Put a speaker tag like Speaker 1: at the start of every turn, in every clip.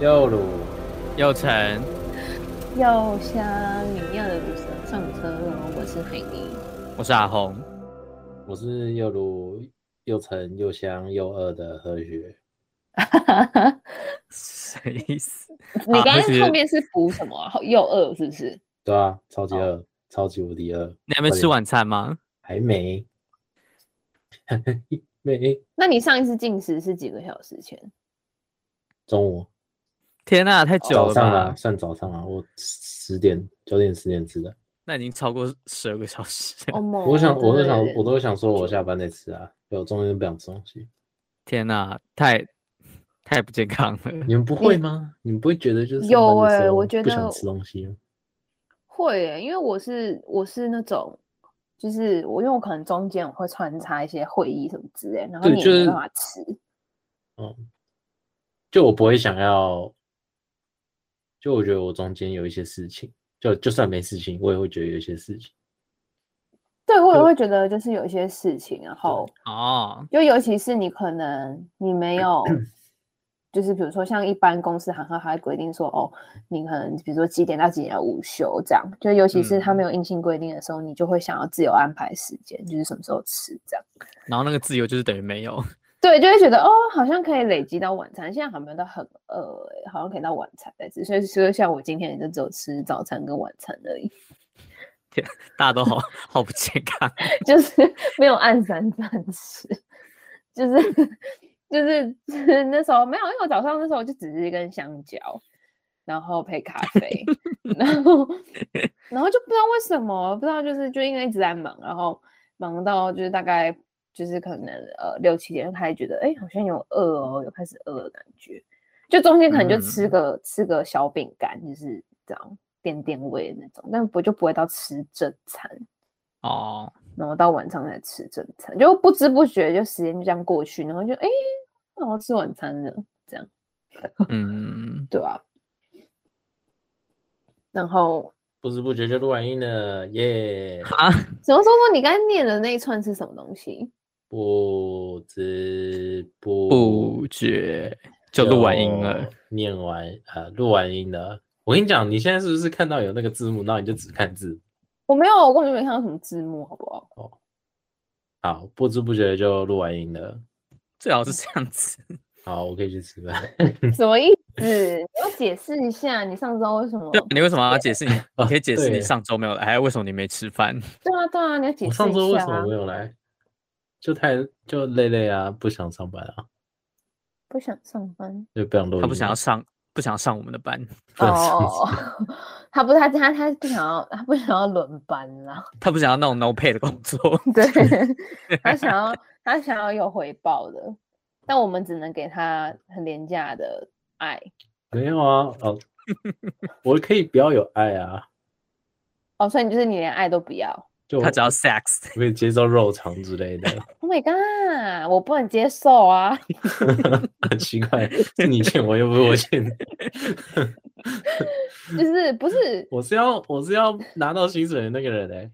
Speaker 1: 又鲁，
Speaker 2: 又成，
Speaker 3: 又像你一样的旅程上车喽！我是海 尼，
Speaker 2: 我是阿红。
Speaker 1: 我是又鲁又沉又香又饿的何学。
Speaker 2: 什么意思？
Speaker 3: 你刚
Speaker 2: 啊其实
Speaker 3: 刚后面是补什么啊？又饿是不是？
Speaker 1: 对啊，超级饿，超级无敌饿。
Speaker 2: 你还没
Speaker 1: 快
Speaker 2: 吃
Speaker 1: 点？
Speaker 2: 晚餐吗？
Speaker 1: 还没， 没。
Speaker 3: 那你上一次进食是几个小时前？
Speaker 1: 中午
Speaker 2: 天呐、太久
Speaker 1: 早
Speaker 2: 了
Speaker 1: 上
Speaker 2: 吧？
Speaker 1: 啊，算早上啊，我十点九点十点吃的。
Speaker 2: 那已经超过十二个小时。
Speaker 3: 哦，猛
Speaker 1: 我想，我都想，我
Speaker 3: 都
Speaker 1: 都想说，我下班再吃啊。我中间不想吃东西。
Speaker 2: 天呐、太太不健康了。
Speaker 1: 你们不会吗？你们不会觉得就是
Speaker 3: 有
Speaker 1: 哎、
Speaker 3: 欸我觉
Speaker 1: 不想
Speaker 3: 得
Speaker 1: 吃东西吗，
Speaker 3: 会耶，因为我是我是那种，就是我因为我可能中间我会穿插一些会议什么之类，然后
Speaker 1: 对
Speaker 3: 你也
Speaker 1: 就是
Speaker 3: 没办法吃。
Speaker 1: 嗯就我不会想要。就我觉得我中间有一些事情，就就算没事情，我也会觉得有一些事情。
Speaker 3: 对，我也
Speaker 1: 就
Speaker 3: 会觉得就是有一些事情，然后
Speaker 2: 哦，
Speaker 3: 就尤其是你可能你没有，就是比如说像一般公司行号，它会规定说，哦，你可能比如说几点到几点要午休这样，就尤其是它没有硬性规定的时候，你就会想要自由安排时间，就是什么时候吃这样。
Speaker 2: 然后那个自由就是等于没有。
Speaker 3: 对，就会觉得哦，好像可以累积到晚餐。现在好像没有到很饿欸、好像可以到晚餐再吃。所以说，像我今天也就只有吃早餐跟晚餐而已，
Speaker 2: 大家都好 好不健康。
Speaker 3: 就是 没有按三餐吃，就是就是、就是、 那时候没有，因为我早上那时候就只是一根香蕉，然后配咖啡，然后然后就不知道为什么，不知道就是就因为一直在忙，然后忙到就是大概就是可能呃六七点就开始觉得哎、诶好像有饿哦，有开始饿的感觉，就中间可能就吃个、吃个小饼干，就是这样垫垫胃的那种，但不就不会到吃正餐。
Speaker 2: 哦，
Speaker 3: 然后到晚上才吃正餐，就不知不觉就时间就这样过去，然后就哎，然后吃晚餐了，这样
Speaker 2: 嗯，
Speaker 3: 对吧、啊然后
Speaker 1: 不知不觉就录完音了，耶、
Speaker 2: 啊，
Speaker 3: 怎么说说你刚才念的那一串是什么东西？
Speaker 1: 不知不
Speaker 2: 不觉就录完音了
Speaker 1: 就。念完呃，录完音了。我跟你讲，你现在是不是看到有那个字幕，然后你就只看字？
Speaker 3: 我没有，我根本就没看到什么字幕，好不好？
Speaker 1: 好，不知不觉就录完音了。
Speaker 2: 最好是这样子。
Speaker 1: 好，我可以去吃饭。
Speaker 3: 什么意思？你要解释一下，你上周为什么？
Speaker 2: 对，啊你为什么要解 释你？你可以解释
Speaker 1: 哦对
Speaker 2: 你上周没有来，哎，为什么你没吃饭？
Speaker 3: 对啊，对啊，你要解
Speaker 1: 我
Speaker 3: 释
Speaker 1: 上周
Speaker 3: 一
Speaker 1: 为
Speaker 3: 下
Speaker 1: 什么
Speaker 3: 啊
Speaker 1: 没！有来？就太就累累啊，不想上班啊，
Speaker 3: 不想上班
Speaker 1: 就不想录音啊。
Speaker 2: 他不想要上，不想上我们的班，
Speaker 1: 不想啊上
Speaker 3: 哦， 他不，他他他不想要，他不想要轮班啦。
Speaker 2: 他不想要那种 no pay 的工作。
Speaker 3: 对他想要他想要有回报的，但我们只能给他很廉价的爱。
Speaker 1: 没有啊，哦，我可以不要有爱啊，
Speaker 3: 哦，所以你就是你连爱都不要。
Speaker 1: 就
Speaker 2: 他只要 sex，
Speaker 1: 我可以接受肉肠之类的，
Speaker 3: Oh my god！我不能接受啊！
Speaker 1: 很奇怪，是你欠我又不是我欠你，
Speaker 3: 就是不是
Speaker 1: 我是要我是要拿到薪水的那个人哎、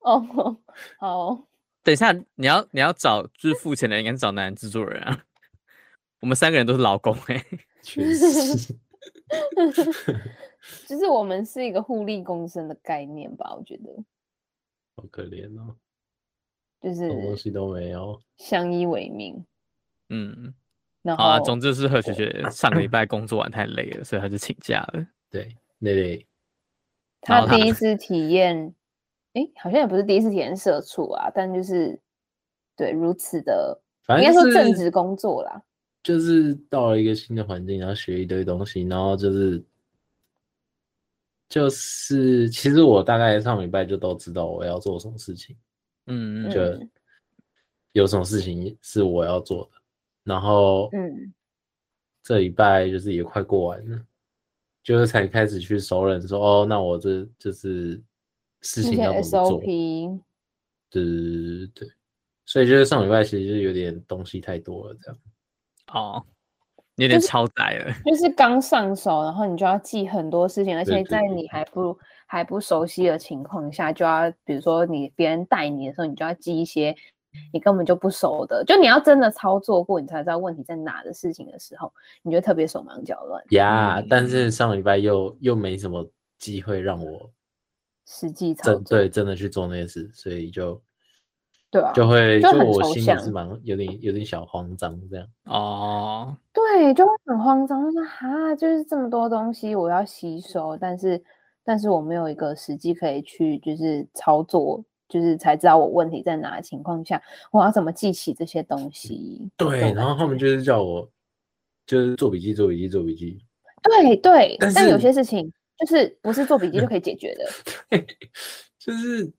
Speaker 3: 哦，好，
Speaker 2: 等一下，你要你要找就是付钱的人，应该是找男制作人啊。我们三个人都是劳工哎、
Speaker 1: 确实
Speaker 3: 就是我们是一个互利共生的概念吧？我觉得
Speaker 1: 好可怜哦，
Speaker 3: 就
Speaker 1: 什么东
Speaker 3: 是
Speaker 1: 西都没有。
Speaker 3: 相依为命。
Speaker 2: 嗯，
Speaker 3: 然后
Speaker 2: 好
Speaker 1: 哦
Speaker 2: 啊，总之就是何学学上 个礼拜工作完太累了，所以他就请假了。
Speaker 1: 对，那里
Speaker 2: 然
Speaker 3: 他
Speaker 2: 后他
Speaker 3: 第一次体验，诶，好像也不是第一次体验社畜啊，但就是对如此的，
Speaker 1: 反
Speaker 3: 应该
Speaker 1: 正
Speaker 3: 说正
Speaker 1: 就是
Speaker 3: 职工作啦。
Speaker 1: 就是到了一个新的环境，然后学一堆东西，然后就是就是，其实我大概上礼拜就都知道我要做什么事情，
Speaker 2: 嗯，
Speaker 1: 就
Speaker 3: 嗯
Speaker 1: 有什么事情是我要做的。然后
Speaker 3: 嗯，
Speaker 1: 这礼拜就是也快过完了，就是才开始去熟人说，哦，那我这就是事
Speaker 3: 那
Speaker 1: 情
Speaker 3: 些
Speaker 1: 要怎么做？
Speaker 3: SOP，
Speaker 1: 对对对，所以就是上礼拜其实就有点东西太多了，这样。
Speaker 2: 哦，你有点超载了。
Speaker 3: 就是刚上手，然后你就要记很多事情，而
Speaker 1: 对
Speaker 3: 且
Speaker 1: 对
Speaker 3: 在
Speaker 1: 对
Speaker 3: 你还不还不熟悉的情况下，就要比如说你别人带你的时候，你就要记一些你根本就不熟的，就你要真的操作过，你才知道问题在哪的事情的时候，你就会特别手忙脚乱。
Speaker 1: 呀但
Speaker 3: 嗯
Speaker 1: 是上礼拜又又没什么机会让我
Speaker 3: 实际操
Speaker 1: 真
Speaker 3: 作，
Speaker 1: 对真的去做那些事，所以就
Speaker 3: 对啊，
Speaker 1: 就会
Speaker 3: 哦就
Speaker 1: 就
Speaker 3: 很
Speaker 1: 我
Speaker 3: 抽
Speaker 1: 心里
Speaker 3: 象
Speaker 1: 是蛮有点有点小慌张这样。
Speaker 2: 哦，
Speaker 3: 对，就会很慌张，就是哈，就是这么多东西我要吸收，但是但是我没有一个时机可以去就是操作，就是才知道我问题在哪的情况下，我要怎么记起这些东西。这
Speaker 1: 对，
Speaker 3: 种
Speaker 1: 然
Speaker 3: 感
Speaker 1: 后他们
Speaker 3: 觉
Speaker 1: 就是叫我就是做笔记，做笔记，做笔记。
Speaker 3: 对对，
Speaker 1: 但
Speaker 3: 有
Speaker 1: 是嗯
Speaker 3: 些事情就是不是做笔记就可以解决的。
Speaker 1: 就是，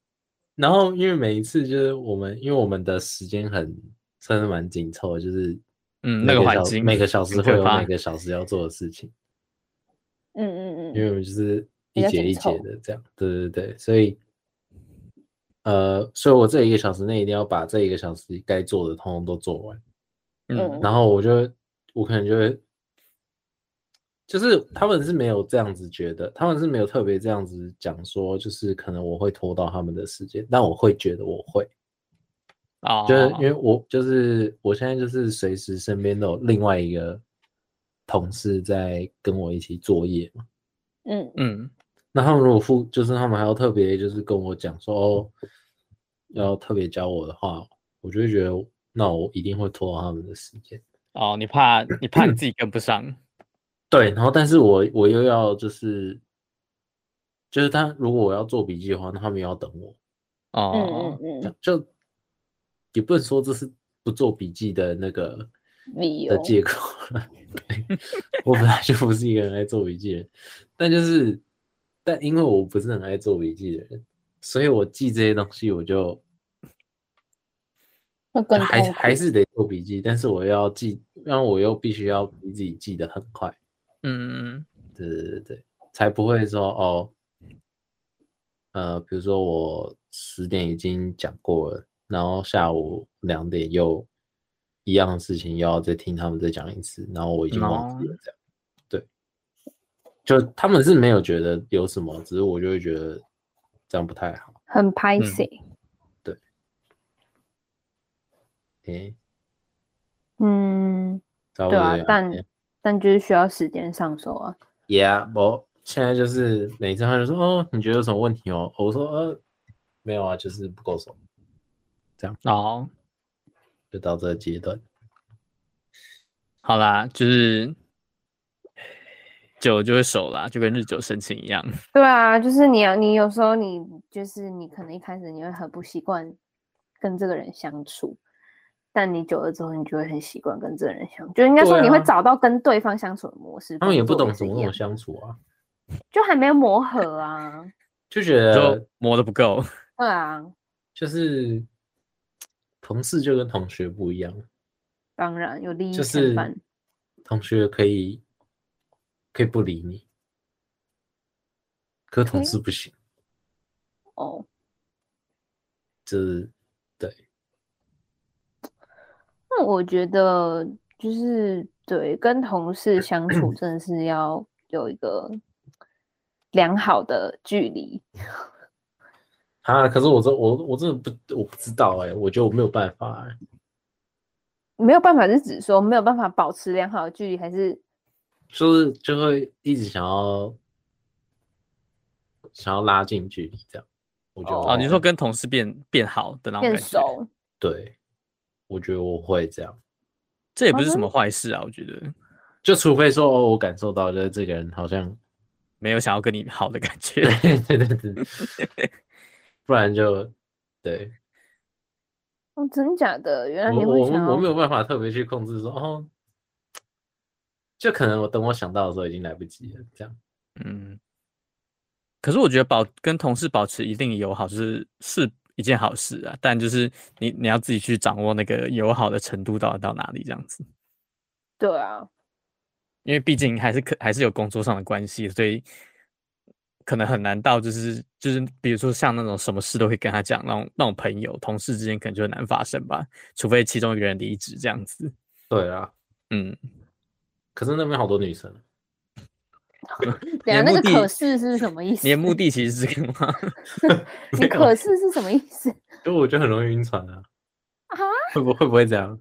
Speaker 1: 然后因为每一次就是我们，因为我们的时间很真的蛮紧凑的，就是
Speaker 2: 嗯
Speaker 1: 每
Speaker 2: 那个环
Speaker 1: 小
Speaker 2: 境
Speaker 1: 每个小时
Speaker 2: 很
Speaker 1: 会
Speaker 2: 可
Speaker 1: 有
Speaker 2: 怕
Speaker 1: 每个小时要做的事情，
Speaker 3: 嗯
Speaker 1: 因
Speaker 3: 嗯嗯，
Speaker 1: 为我们就是
Speaker 3: 比
Speaker 1: 一
Speaker 3: 较
Speaker 1: 节
Speaker 3: 紧
Speaker 1: 一节
Speaker 3: 凑
Speaker 1: 的这样，对对对，所以，呃，所以我这一个小时内一定要把这一个小时该做的通通都做完，
Speaker 2: 嗯
Speaker 3: 嗯
Speaker 1: 然后我就我可能就会。就是他们是没有这样子觉得，他们是没有特别这样子讲说，就是可能我会拖到他们的时间，但我会觉得我会，
Speaker 2: 哦，
Speaker 1: 就是因为我就是我现在就是随时身边都有另外一个同事在跟我一起作业嘛。
Speaker 3: 嗯
Speaker 2: 嗯
Speaker 1: 那他们如果付，就是他们还要特别就是跟我讲说哦，要特别教我的话，我就会觉得那我一定会拖到他们的时间。
Speaker 2: 哦，你怕你怕你自己跟不上，
Speaker 1: 对，然后但是我我又要就是就是他如果我要做笔记的话，那他们也要等我，
Speaker 2: 哦
Speaker 3: 嗯，
Speaker 1: 这
Speaker 3: 嗯嗯，
Speaker 1: 样就也不能说这是不做笔记的那个
Speaker 3: 理由
Speaker 1: 的借口了。 对，我本来就不是一个很爱做笔记的人，但就是，但因为我不是很爱做笔记的人，所以我记这些东西，我就
Speaker 3: 会更
Speaker 1: 还
Speaker 3: 痛
Speaker 1: 还
Speaker 3: 苦
Speaker 1: 是得做笔记，但是我要记，让我又必须要逼自己记得很快，
Speaker 2: 嗯
Speaker 1: 对对对对，才不会说哦，呃，比如说我十点已经讲过了，然后下午两点又一样的事情，又要再听他们再讲一次，然后我已经忘
Speaker 3: 哦
Speaker 1: 记了这样。对，就他们是没有觉得有什么，只是我就会觉得这样不太好。
Speaker 3: 很拍
Speaker 2: 嗯
Speaker 3: 戏。
Speaker 1: 诶、
Speaker 3: 嗯，
Speaker 1: 差不
Speaker 3: 对
Speaker 1: 多
Speaker 3: 啊
Speaker 1: 这样，
Speaker 3: 但
Speaker 1: 诶
Speaker 3: 但就是需要时间上手啊。
Speaker 1: Yeah，我现在就是每次他就说哦，你觉得有什么问题哦？我说呃，没有啊，就是不够熟，
Speaker 2: 嗯，哦，
Speaker 1: 就到这个阶段。
Speaker 2: 好啦，就是久就会熟啦，就跟日久生情一样。
Speaker 3: 对啊，就是你要你有时候你就是你可能一开始你会很不习惯跟这个人相处，但你久了之后你就会很习惯跟这个人相处，就应该说
Speaker 1: 对
Speaker 3: 你会
Speaker 1: 啊
Speaker 3: 找到跟对方相处的模式。
Speaker 1: 他们也不
Speaker 3: 工作
Speaker 1: 懂
Speaker 3: 是
Speaker 1: 怎么
Speaker 3: 一
Speaker 1: 跟我
Speaker 3: 样，
Speaker 1: 相处啊，
Speaker 3: 就还没有磨合啊。
Speaker 1: 就觉得
Speaker 2: 就磨的不够。
Speaker 3: 对啊，
Speaker 1: 就是同事就跟同学不一样，
Speaker 3: 当然有利益
Speaker 1: 就是
Speaker 3: 嗯相反。
Speaker 1: 同学可以可以不理你，可同
Speaker 3: 嗯
Speaker 1: 事不行，
Speaker 3: 哦，
Speaker 1: 就是对，
Speaker 3: 那我觉得就是对跟同事相 处真的是要有一个良好的距离。
Speaker 1: 啊，可是我这我我真的不我不知道哎、我觉得我没有办法、欸，
Speaker 3: 没有办法是指说没有办法保持良好的距离，还是
Speaker 1: 就是就会一直想要想要拉近距离这样，我觉得我
Speaker 2: 哦，你说
Speaker 1: 会
Speaker 2: 跟同事变变好的那种
Speaker 3: 变
Speaker 2: 感觉，
Speaker 3: 熟？
Speaker 1: 对，我觉得我会这样。
Speaker 2: 这也不是
Speaker 3: 嗯
Speaker 2: 什
Speaker 3: 哼
Speaker 2: 么坏事啊。我觉得
Speaker 1: 就除非说哦，我感受到就是这个人好像，
Speaker 2: 没有想要跟你好的感觉
Speaker 1: 对。对对对，不然就对
Speaker 3: 哦，真假的？原来
Speaker 1: 我
Speaker 3: 你会
Speaker 1: 我
Speaker 3: 想
Speaker 1: 我没
Speaker 3: 要
Speaker 1: 有办法特别去控制说哦，就可能我等我想到的时候已经来不及了，这样
Speaker 2: 嗯，可是我觉得保跟同事保持一定友好是是一件好事啊，但就是你你要自己去掌握那个友好的程度到到哪里这样子，
Speaker 3: 对啊，
Speaker 2: 因为毕竟还是可还是有工作上的关系，所以可能很难到就是就是比如说像那种什么事都会跟他讲那种那种朋友同事之间可能就很难发生吧，除非其中一个人离职这样子。
Speaker 1: 对啊。
Speaker 2: 嗯，
Speaker 1: 可是那边好多女生，
Speaker 3: 对啊，
Speaker 2: 你
Speaker 3: 那
Speaker 2: 的
Speaker 3: 个
Speaker 2: 目的
Speaker 3: 可是是什 么意思？
Speaker 2: 你的目的其实是干嘛？
Speaker 3: 你
Speaker 1: 没有
Speaker 3: 可是是什么意思？
Speaker 1: 就我就很容易晕船啊。会不会不会这样？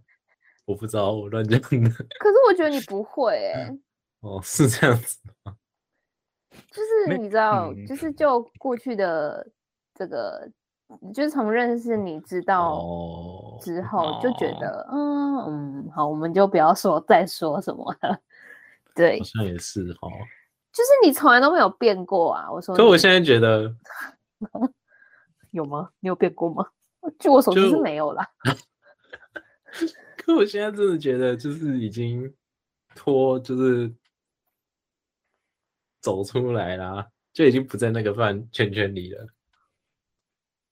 Speaker 1: 我不知道，我乱讲的。
Speaker 3: 可是我觉得你不会哎、
Speaker 1: 哦，是这样子。
Speaker 3: 就是
Speaker 2: 没
Speaker 3: 你知道，
Speaker 2: 嗯
Speaker 3: 就是就过去的这个，就是从认识你知道
Speaker 1: 哦，
Speaker 3: 之后，就觉
Speaker 2: 哦
Speaker 3: 得、嗯嗯好，我们就不要说再说什么了。对
Speaker 1: 好，像也是哈。
Speaker 3: 就是你从来都没有变过啊！我说你，
Speaker 1: 可我现在觉得，
Speaker 3: 有吗？你有变过吗？ 据我所知是
Speaker 1: 就
Speaker 3: 没有啦。
Speaker 1: 可我现在真的觉得，就是已经脱，就是走出来啦，就已经不在那个饭圈圈里了。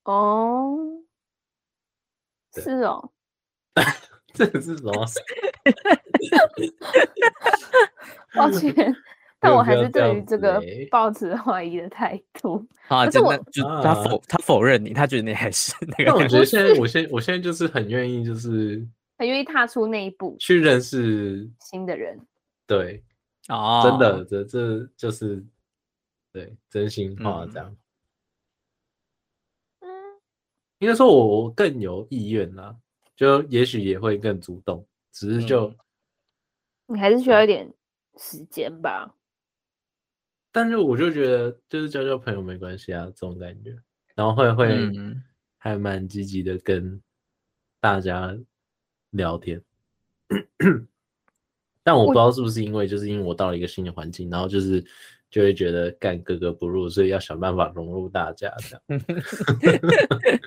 Speaker 3: 哦，
Speaker 1: 对
Speaker 3: 是哦，
Speaker 1: 这个是什么？
Speaker 3: 抱 歉，
Speaker 1: 没
Speaker 3: 但
Speaker 1: 有
Speaker 3: 我
Speaker 1: 必
Speaker 3: 还
Speaker 1: 要
Speaker 3: 是
Speaker 1: 这
Speaker 3: 对
Speaker 1: 样
Speaker 3: 于
Speaker 1: 子
Speaker 3: 这个
Speaker 1: 欸
Speaker 3: 抱持 怀疑的态度。
Speaker 2: 好 啊，
Speaker 3: 可是
Speaker 2: 真
Speaker 3: 我
Speaker 2: 的就他
Speaker 1: 啊
Speaker 2: 否他否认你，他觉得你还是那
Speaker 1: 但
Speaker 2: 个
Speaker 1: 我
Speaker 2: 样
Speaker 1: 觉
Speaker 2: 子。
Speaker 1: 得现在，我现我现在就是很愿意，就是
Speaker 3: 很愿意踏出那一步，
Speaker 1: 去认识，
Speaker 3: 新的人。
Speaker 1: 对，
Speaker 2: 哦，
Speaker 1: 真的，这这就是对真心话这样。
Speaker 3: 嗯，
Speaker 1: 应该说我我更有意愿啦、就也许也会更主动，只是就、
Speaker 2: 嗯
Speaker 3: 你还是需要
Speaker 1: 啊
Speaker 3: 一点时间吧。
Speaker 1: 但是我就觉得就是交交朋友没关系啊，这种感觉，然后会会
Speaker 2: 嗯，
Speaker 1: 还蛮积极的跟大家聊天。 但我不知道是不是因为，就是因为我到了一个新的环境，然后就是就会觉得干格格不入，所以要想办法融入大家这样。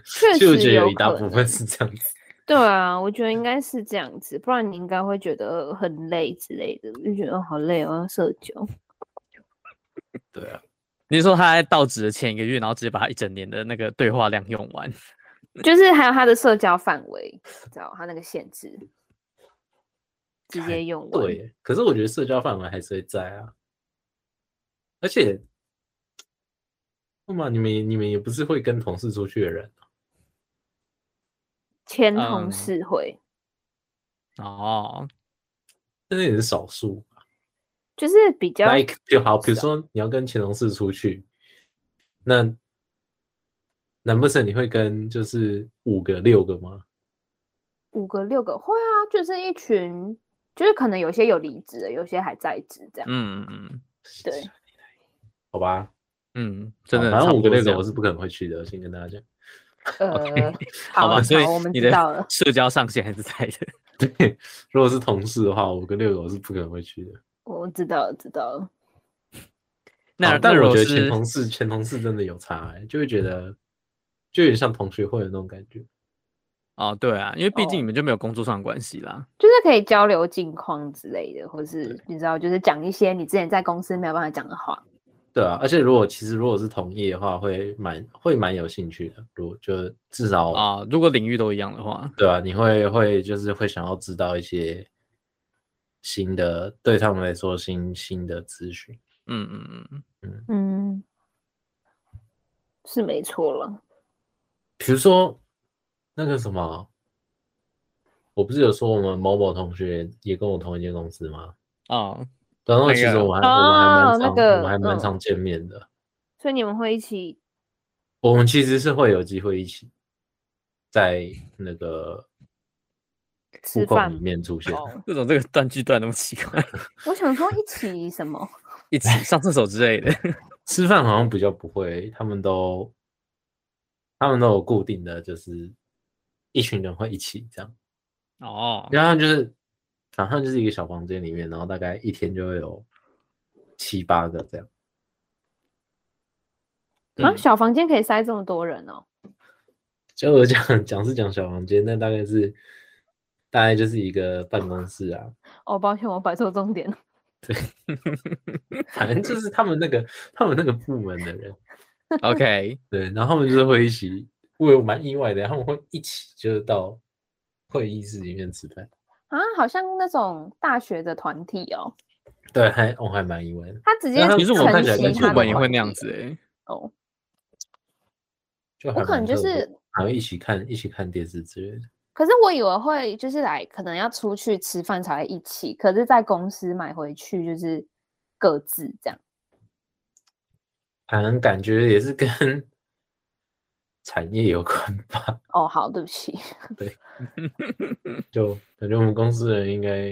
Speaker 3: 确
Speaker 1: 所以我
Speaker 3: 实
Speaker 1: 觉得
Speaker 3: 有
Speaker 1: 一大
Speaker 3: 可
Speaker 1: 部
Speaker 3: 能
Speaker 1: 分是这样子。
Speaker 3: 对啊，我觉 得应该是这样子，不然你应该会觉得很累之类的，就觉得哦好累哦，要社交。
Speaker 1: 对啊，
Speaker 2: 你是说他在到职的前一个月，然后直接把他一整年的那个对话量用完，
Speaker 1: 嗯
Speaker 3: 就是还有他的社交范围，知道他那个限制，直
Speaker 1: 哎
Speaker 3: 接用完。
Speaker 1: 对耶，可是我觉得社交范围还是会在啊，而且，那么你们你们也不是会跟同事出去的人啊，
Speaker 3: 前
Speaker 2: 嗯
Speaker 3: 同事会，
Speaker 2: 哦，
Speaker 1: 真的也是少数啊。
Speaker 3: 就是比较
Speaker 1: like 就好，比如说你要跟前同事出去，那难不成你会跟就是五个六个吗？
Speaker 3: 五个六个会啊，就是一群，就是可能有些有离职的，有些还在职这样。
Speaker 2: 嗯嗯
Speaker 3: 对，
Speaker 1: 好吧，
Speaker 2: 嗯，真的，
Speaker 1: 好哦反正五个六个我
Speaker 2: 是
Speaker 1: 是不可能会去的，先跟大家讲。
Speaker 3: 呃，
Speaker 2: 好吧，
Speaker 3: 好，
Speaker 2: 所以
Speaker 3: 我们
Speaker 2: 你
Speaker 3: 知
Speaker 2: 的
Speaker 3: 道了。
Speaker 2: 社交上限还是在的。
Speaker 1: 对，如果是同事的话，五个六个我是不可能会去的。
Speaker 3: 我知道了，知道了。
Speaker 2: 那
Speaker 1: 好
Speaker 2: 那
Speaker 1: 但
Speaker 2: 如
Speaker 1: 我
Speaker 2: 果
Speaker 1: 觉得
Speaker 2: 是
Speaker 1: 前同事前同事真的有差、欸，就会觉得就有点像同学会的那种感觉。
Speaker 2: 哦，对啊，因为毕竟
Speaker 3: 哦
Speaker 2: 你们就没有工作上的关系啦。
Speaker 3: 就是可以交流近况之类的，或是你知道，就是讲一些你之前在公司没有办法讲的话。
Speaker 1: 对啊，而且如果其实如果是同业的话，会蛮会蛮有兴趣的。如果就至少、
Speaker 2: 啊、如果领域都一样的话，
Speaker 1: 对啊，你会会就是会想要知道一些新的，对他们来说新新的资讯。
Speaker 2: 嗯嗯嗯，
Speaker 3: 嗯，是没错了。
Speaker 1: 比如说那个什么，我不是有说我们某某同学也跟我同一间公司吗？
Speaker 2: 哦，
Speaker 1: 然后
Speaker 2: 那
Speaker 1: 其实
Speaker 2: 个
Speaker 1: 我们还、我们还蛮常、
Speaker 3: 哦那个
Speaker 1: 我们还蛮
Speaker 3: 嗯
Speaker 1: 常见面的。
Speaker 3: 所以你们会一起
Speaker 1: 我们其实是会有机会一起在那个
Speaker 3: 吃
Speaker 1: 互动
Speaker 3: 饭
Speaker 1: 里面出现。
Speaker 3: 哦？
Speaker 2: 这种这个断句断那么奇怪，
Speaker 3: 我想说一起什么？啊
Speaker 2: 一起上厕所之类的。
Speaker 1: 吃饭好像比较不会，他们都他们都有固定的，就是一群人会一起这样。
Speaker 2: 哦，
Speaker 1: 然后就是好像就是一个小房间里面，然后大概一天就会有七八个这样。
Speaker 3: 啊，
Speaker 2: 嗯
Speaker 3: 小房间可以塞这么多人哦？
Speaker 1: 就我讲讲是讲小房间，但大概是大概就是一个办公室啊，
Speaker 3: 哦，抱歉，我摆错重点了。
Speaker 1: 反正就是他们那个他们那个部门的人。
Speaker 2: OK，
Speaker 1: 对，然后他们就是会一起，我有蛮意外的，他们会一起就是到会议室里面吃饭。
Speaker 3: 啊，好像那种大学的团体哦，
Speaker 1: 对，还我还蛮意外的，
Speaker 3: 他直接
Speaker 1: 那啊他
Speaker 3: 承
Speaker 2: 其
Speaker 1: 们
Speaker 2: 实我看起来
Speaker 1: 其
Speaker 3: 袭
Speaker 2: 跟
Speaker 1: 他
Speaker 2: 主
Speaker 1: 的
Speaker 2: 管也
Speaker 1: 话
Speaker 2: 会
Speaker 3: 团
Speaker 2: 那样
Speaker 3: 体
Speaker 2: 子欸诶、
Speaker 3: 哦。
Speaker 1: 就还
Speaker 3: 我可能
Speaker 1: 蛮
Speaker 3: 就
Speaker 1: 特别
Speaker 3: 是，
Speaker 1: 还会一起看一起看电视之类的。
Speaker 3: 可是我以为会就是来，可能要出去吃饭才会一起，可是在公司买回去就是各自这样。
Speaker 1: 反正感觉也是跟产业有关吧。
Speaker 3: 哦，好，对不起，
Speaker 1: 就感觉我们公司的人应该，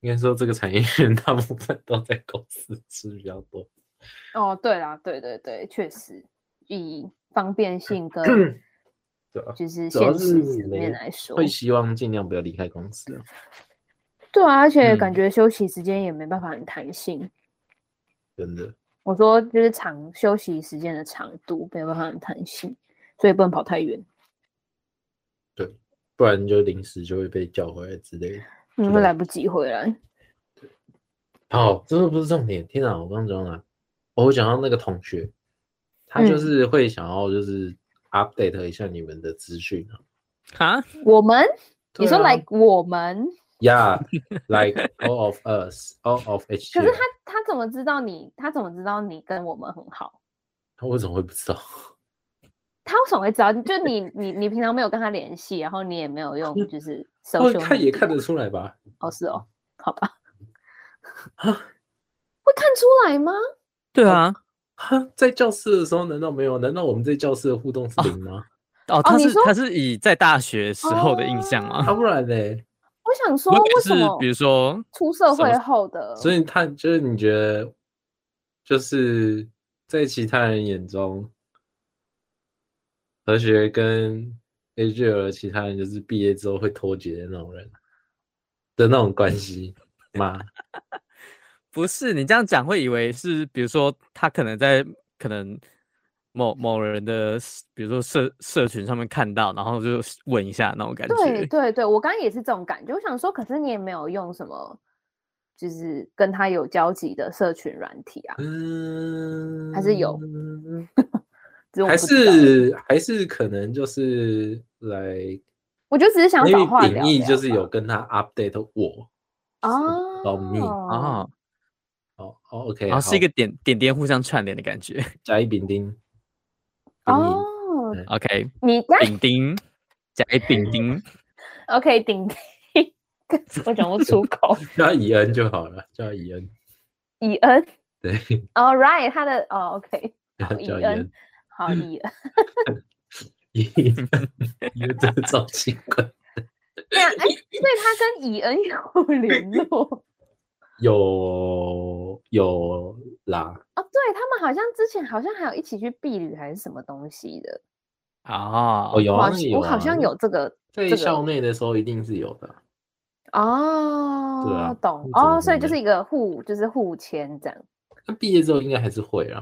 Speaker 1: 应该说这个产业人大部分都在公司吃比较多。
Speaker 3: 哦，对啦，对对对，确实，以方便性 跟
Speaker 1: 对啊
Speaker 3: 就是
Speaker 1: 主要
Speaker 3: 现实
Speaker 1: 是
Speaker 3: 层
Speaker 1: 没
Speaker 3: 面来说，
Speaker 1: 会希望尽量不要离开公司啊。
Speaker 3: 对啊，而且感
Speaker 2: 嗯
Speaker 3: 觉休息时间也没办法很弹性。
Speaker 1: 真的，
Speaker 3: 我说就是长休息时间的长度没有办法很弹性，所以不能跑太远，
Speaker 1: 不然就临时就会被叫回来之类的。
Speaker 3: 你
Speaker 1: 是
Speaker 3: 会
Speaker 1: 的
Speaker 3: 来不及回来。
Speaker 1: 好，这个不是重点。天哪，我刚刚讲到哪？哦我讲到那个同学，他就
Speaker 3: 嗯
Speaker 1: 是会想要就是 update 一下你们的资讯啊。
Speaker 2: 哈，
Speaker 3: 我们，你说
Speaker 1: 对啊
Speaker 3: 来我们，
Speaker 1: Yeah，like all of us，all of H。
Speaker 3: 可是他怎么知道你？他怎么知道你跟我们很好？
Speaker 1: 他为什么会不知道？
Speaker 3: 他为什么会知道？就你 你你平常没有跟他联系，然后你也没有用，就是
Speaker 1: 他哦
Speaker 3: social，
Speaker 1: 他也
Speaker 3: media
Speaker 1: 看得出来吧？
Speaker 3: 哦，是哦，好吧，
Speaker 1: 啊
Speaker 3: 会看出来吗？
Speaker 2: 对啊，
Speaker 1: 哈，在教室的时候难道没有？难道我们在教室的互动是零吗？
Speaker 2: 哦，他
Speaker 3: 你
Speaker 2: 是
Speaker 3: 说
Speaker 2: 他是以在大学时候的印象
Speaker 1: 要、
Speaker 2: 吗？
Speaker 1: 不然呢？
Speaker 3: 我想说，
Speaker 2: 我
Speaker 3: 为
Speaker 2: 也是
Speaker 3: 什么，
Speaker 2: 比如说，
Speaker 3: 出社
Speaker 2: 什么
Speaker 3: 会后的，
Speaker 1: 所以他就是你觉得，就是在其他人眼中，何学跟 A G L 其他人就是毕业之后会脱节的那种人的那种关系吗？
Speaker 2: 不是你这样讲会以为是，比如说他可能在可能某某人的，比如说社社群上面看到，然后就问一下那种感
Speaker 3: 对
Speaker 2: 觉。
Speaker 3: 对对，我刚刚也是这种感觉。我想说，可是你也没有用什么，就是跟他有交集的社群软体啊，
Speaker 1: 嗯，
Speaker 3: 还是有， 只我
Speaker 1: 还
Speaker 3: 不知道而已
Speaker 1: 是还是可能就是来，
Speaker 3: 我就只是想要
Speaker 1: 因
Speaker 3: 找
Speaker 1: 为
Speaker 3: 话聊
Speaker 1: 秉义
Speaker 3: 聊
Speaker 1: 就是
Speaker 3: 吧
Speaker 1: 有跟他 update 我，
Speaker 3: 哦，
Speaker 1: 找你
Speaker 2: 啊，
Speaker 1: 哦哦，OK，
Speaker 2: 然后是一
Speaker 1: 好
Speaker 2: 个点点点互相串联的感觉。
Speaker 1: 甲乙丙丁，丙乙
Speaker 3: 哦
Speaker 1: 对，
Speaker 2: OK，
Speaker 3: 你刚
Speaker 2: 丙丁，甲乙丙丁，
Speaker 3: OK 顶替，我讲不出 口，
Speaker 1: 叫乙恩就好了，叫乙恩，
Speaker 3: 以恩
Speaker 1: 对，
Speaker 3: ，All right，他的哦 OK，好以
Speaker 1: 叫乙
Speaker 3: 恩
Speaker 1: 恩，，
Speaker 3: 好以恩，
Speaker 1: 乙恩，乙恩真的超奇怪。
Speaker 3: 对啊，哎，所以他跟以恩有联络。 哦
Speaker 1: 有有啦，
Speaker 3: 哦，对他们好像之前好像还有一起去避旅还是什么东西的，
Speaker 2: 哦，
Speaker 1: 哦有
Speaker 3: 我
Speaker 1: 啊
Speaker 3: 好像
Speaker 1: 有
Speaker 3: 我好
Speaker 1: 啊
Speaker 3: 像有这个
Speaker 1: 在
Speaker 3: 这个
Speaker 1: 校内的时候一定是有的啊，
Speaker 3: 哦，
Speaker 1: 啊
Speaker 3: 懂
Speaker 1: 互通
Speaker 3: 哦，所以
Speaker 1: 的
Speaker 3: 就是一个互，就是互签这样，
Speaker 1: 那毕业之后应该还是会啊，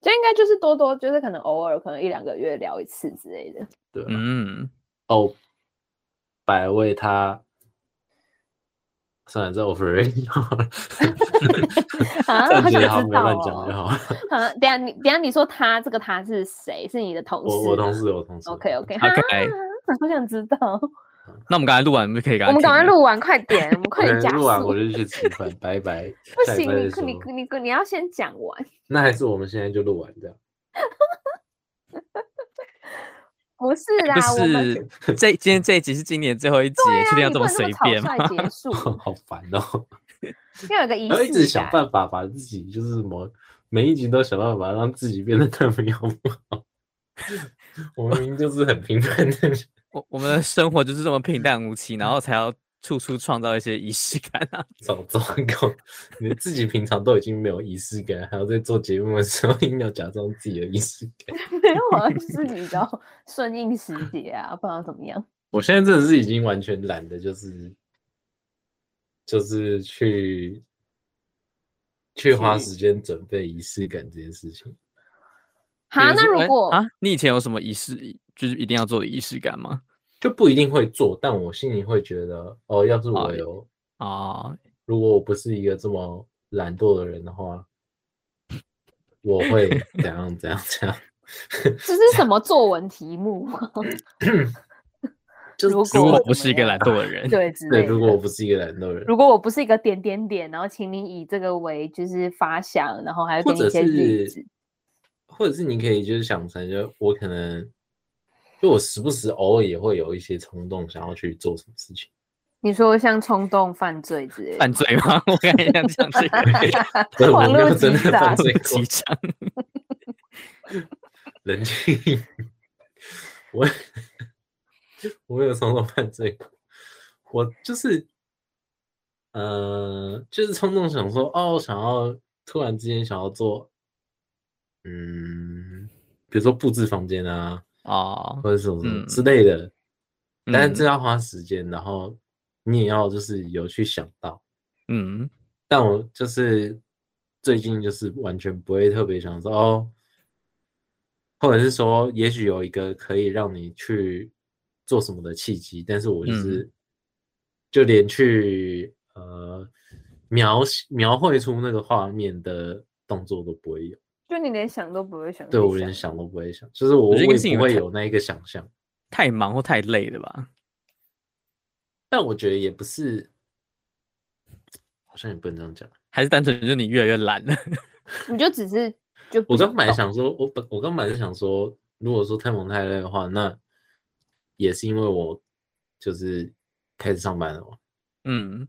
Speaker 3: 就应该就是多多，就是可能偶尔可能一两个月聊一次之类的。
Speaker 1: 对啊，
Speaker 2: 嗯，
Speaker 1: 哦，百味他。算了，这 over
Speaker 3: 啊，
Speaker 1: 暂
Speaker 3: 好想
Speaker 1: 停好，
Speaker 3: 知
Speaker 1: 没
Speaker 3: 道
Speaker 1: 乱讲就
Speaker 3: 哦。
Speaker 1: 好。
Speaker 3: 啊，等一下你等一下你说他这个他是谁？是你的同事？
Speaker 1: 我我同。事，我同事。
Speaker 3: OK OK
Speaker 2: OK
Speaker 3: 好想知道。
Speaker 2: 那我们刚才录完，我们就可以赶
Speaker 3: 我们赶快
Speaker 2: 听了。
Speaker 3: 录完，快点， 我们快点
Speaker 1: 对
Speaker 3: 加
Speaker 1: 录完
Speaker 3: 速
Speaker 1: 我。就去吃饭，拜拜。
Speaker 3: 不
Speaker 1: 下礼
Speaker 3: 行，
Speaker 1: 拜再
Speaker 3: 你你
Speaker 1: 说
Speaker 3: 你你你要先讲完。
Speaker 1: 那还是我们现在就录完这样。
Speaker 3: 不是
Speaker 1: 哎
Speaker 3: 啦，
Speaker 2: 不
Speaker 3: 我们
Speaker 2: 是， 这今天这一集是今年最后一集，确定
Speaker 3: 对啊，
Speaker 2: 要
Speaker 3: 你
Speaker 2: 这
Speaker 3: 不
Speaker 2: 么
Speaker 3: 能这
Speaker 2: 随
Speaker 3: 么草
Speaker 2: 便吗？
Speaker 3: 率 结束，
Speaker 1: 好烦哦！
Speaker 3: 要有个仪
Speaker 1: 然后一直
Speaker 3: 式
Speaker 1: 想
Speaker 3: 感。
Speaker 1: 办法把自己就是什么，每一集都想办法让自己变得更没有 不好。我明明就是很平凡的人，
Speaker 2: 我我们的生活就是这么平淡无奇，然后才要处处创造一些仪式感啊！
Speaker 1: 早糟糕！你自己平常都已经没有仪式感，还要在做节目的时候硬要假装自己有仪式感。
Speaker 3: 没有 啊，就是你知道顺应时节啊，不然怎么样？
Speaker 1: 我现在真的是已经完全懒得，就是就是去去花
Speaker 3: 去
Speaker 1: 时间准备仪式感这件事情。
Speaker 3: 好，
Speaker 2: 比
Speaker 3: 那
Speaker 2: 说
Speaker 3: 如
Speaker 2: 哎
Speaker 3: 果、
Speaker 2: 啊，你以前有什么仪式，就是一定要做的仪式感吗？
Speaker 1: 就不一定会做，但我心里会觉得，哦，要是我
Speaker 2: 也
Speaker 1: 有，
Speaker 2: 哦，
Speaker 1: 如果我不是一个这么懒惰的人的话，我会怎样怎样怎样，
Speaker 3: 这是什么作文题目吗？
Speaker 1: 就
Speaker 3: 如
Speaker 1: 是
Speaker 2: 如
Speaker 3: 果
Speaker 2: 果我
Speaker 3: 怎
Speaker 2: 不
Speaker 3: 么
Speaker 2: 是一个
Speaker 3: 样
Speaker 2: 懒惰的人，
Speaker 3: 对，之
Speaker 1: 对，
Speaker 3: 类的。
Speaker 1: 如果我不是一个懒惰人，
Speaker 3: 如果我不是一个点点点，然后请你以这个为就是发想，然后还要给
Speaker 1: 或
Speaker 3: 你一
Speaker 1: 者
Speaker 3: 些例
Speaker 1: 是
Speaker 3: 子。
Speaker 1: 或者是你可以就是想成，就我可能就我时不时偶尔也会有一些冲动，想要去做什么事情。
Speaker 3: 你说像冲动犯罪之类的
Speaker 2: 犯
Speaker 3: 吗，
Speaker 2: 罪吗？ 我刚才想讲这 个
Speaker 1: 对
Speaker 3: 网
Speaker 1: 我没
Speaker 3: 络
Speaker 1: 有真的
Speaker 3: 极
Speaker 1: 犯
Speaker 3: 大
Speaker 1: 罪
Speaker 2: 这
Speaker 1: 过
Speaker 2: 个机场，
Speaker 1: 冷静，我 我有冲动犯罪过，我就是，呃，就是冲动想说，哦，想要突然之间想要做，嗯，比如说布置房间啊，
Speaker 2: 哦，
Speaker 1: 或者什么什么
Speaker 2: 嗯
Speaker 1: 之类的，但是这
Speaker 2: 嗯
Speaker 1: 要花时间，然后你也要就是有去想到。
Speaker 2: 嗯
Speaker 1: 但我就是最近就是完全不会特别想说哦，或者是说，也许有一个可以让你去做什么的契机，但是我
Speaker 2: 嗯
Speaker 1: 就是、就连去呃描写描绘出那个画面的动作都不会有，
Speaker 3: 就你连想都不会想。
Speaker 1: 对我连，想都不会想，就是我
Speaker 2: 我
Speaker 1: 我
Speaker 2: 觉
Speaker 1: 也
Speaker 2: 得应该是因
Speaker 1: 不
Speaker 2: 为
Speaker 1: 会
Speaker 2: 太
Speaker 1: 有那一个想象。
Speaker 2: 太忙或太累了吧？
Speaker 1: 但我觉得也不是，好像也不能这样讲。
Speaker 2: 还是单纯就是你越来越懒了？
Speaker 3: 你就只是就
Speaker 1: 我
Speaker 3: 不
Speaker 1: 刚本来
Speaker 3: 懂
Speaker 1: 想说，我本我刚本来想说，如果说太忙太累的话，那也是因为我就是开始上班了嘛。
Speaker 2: 嗯，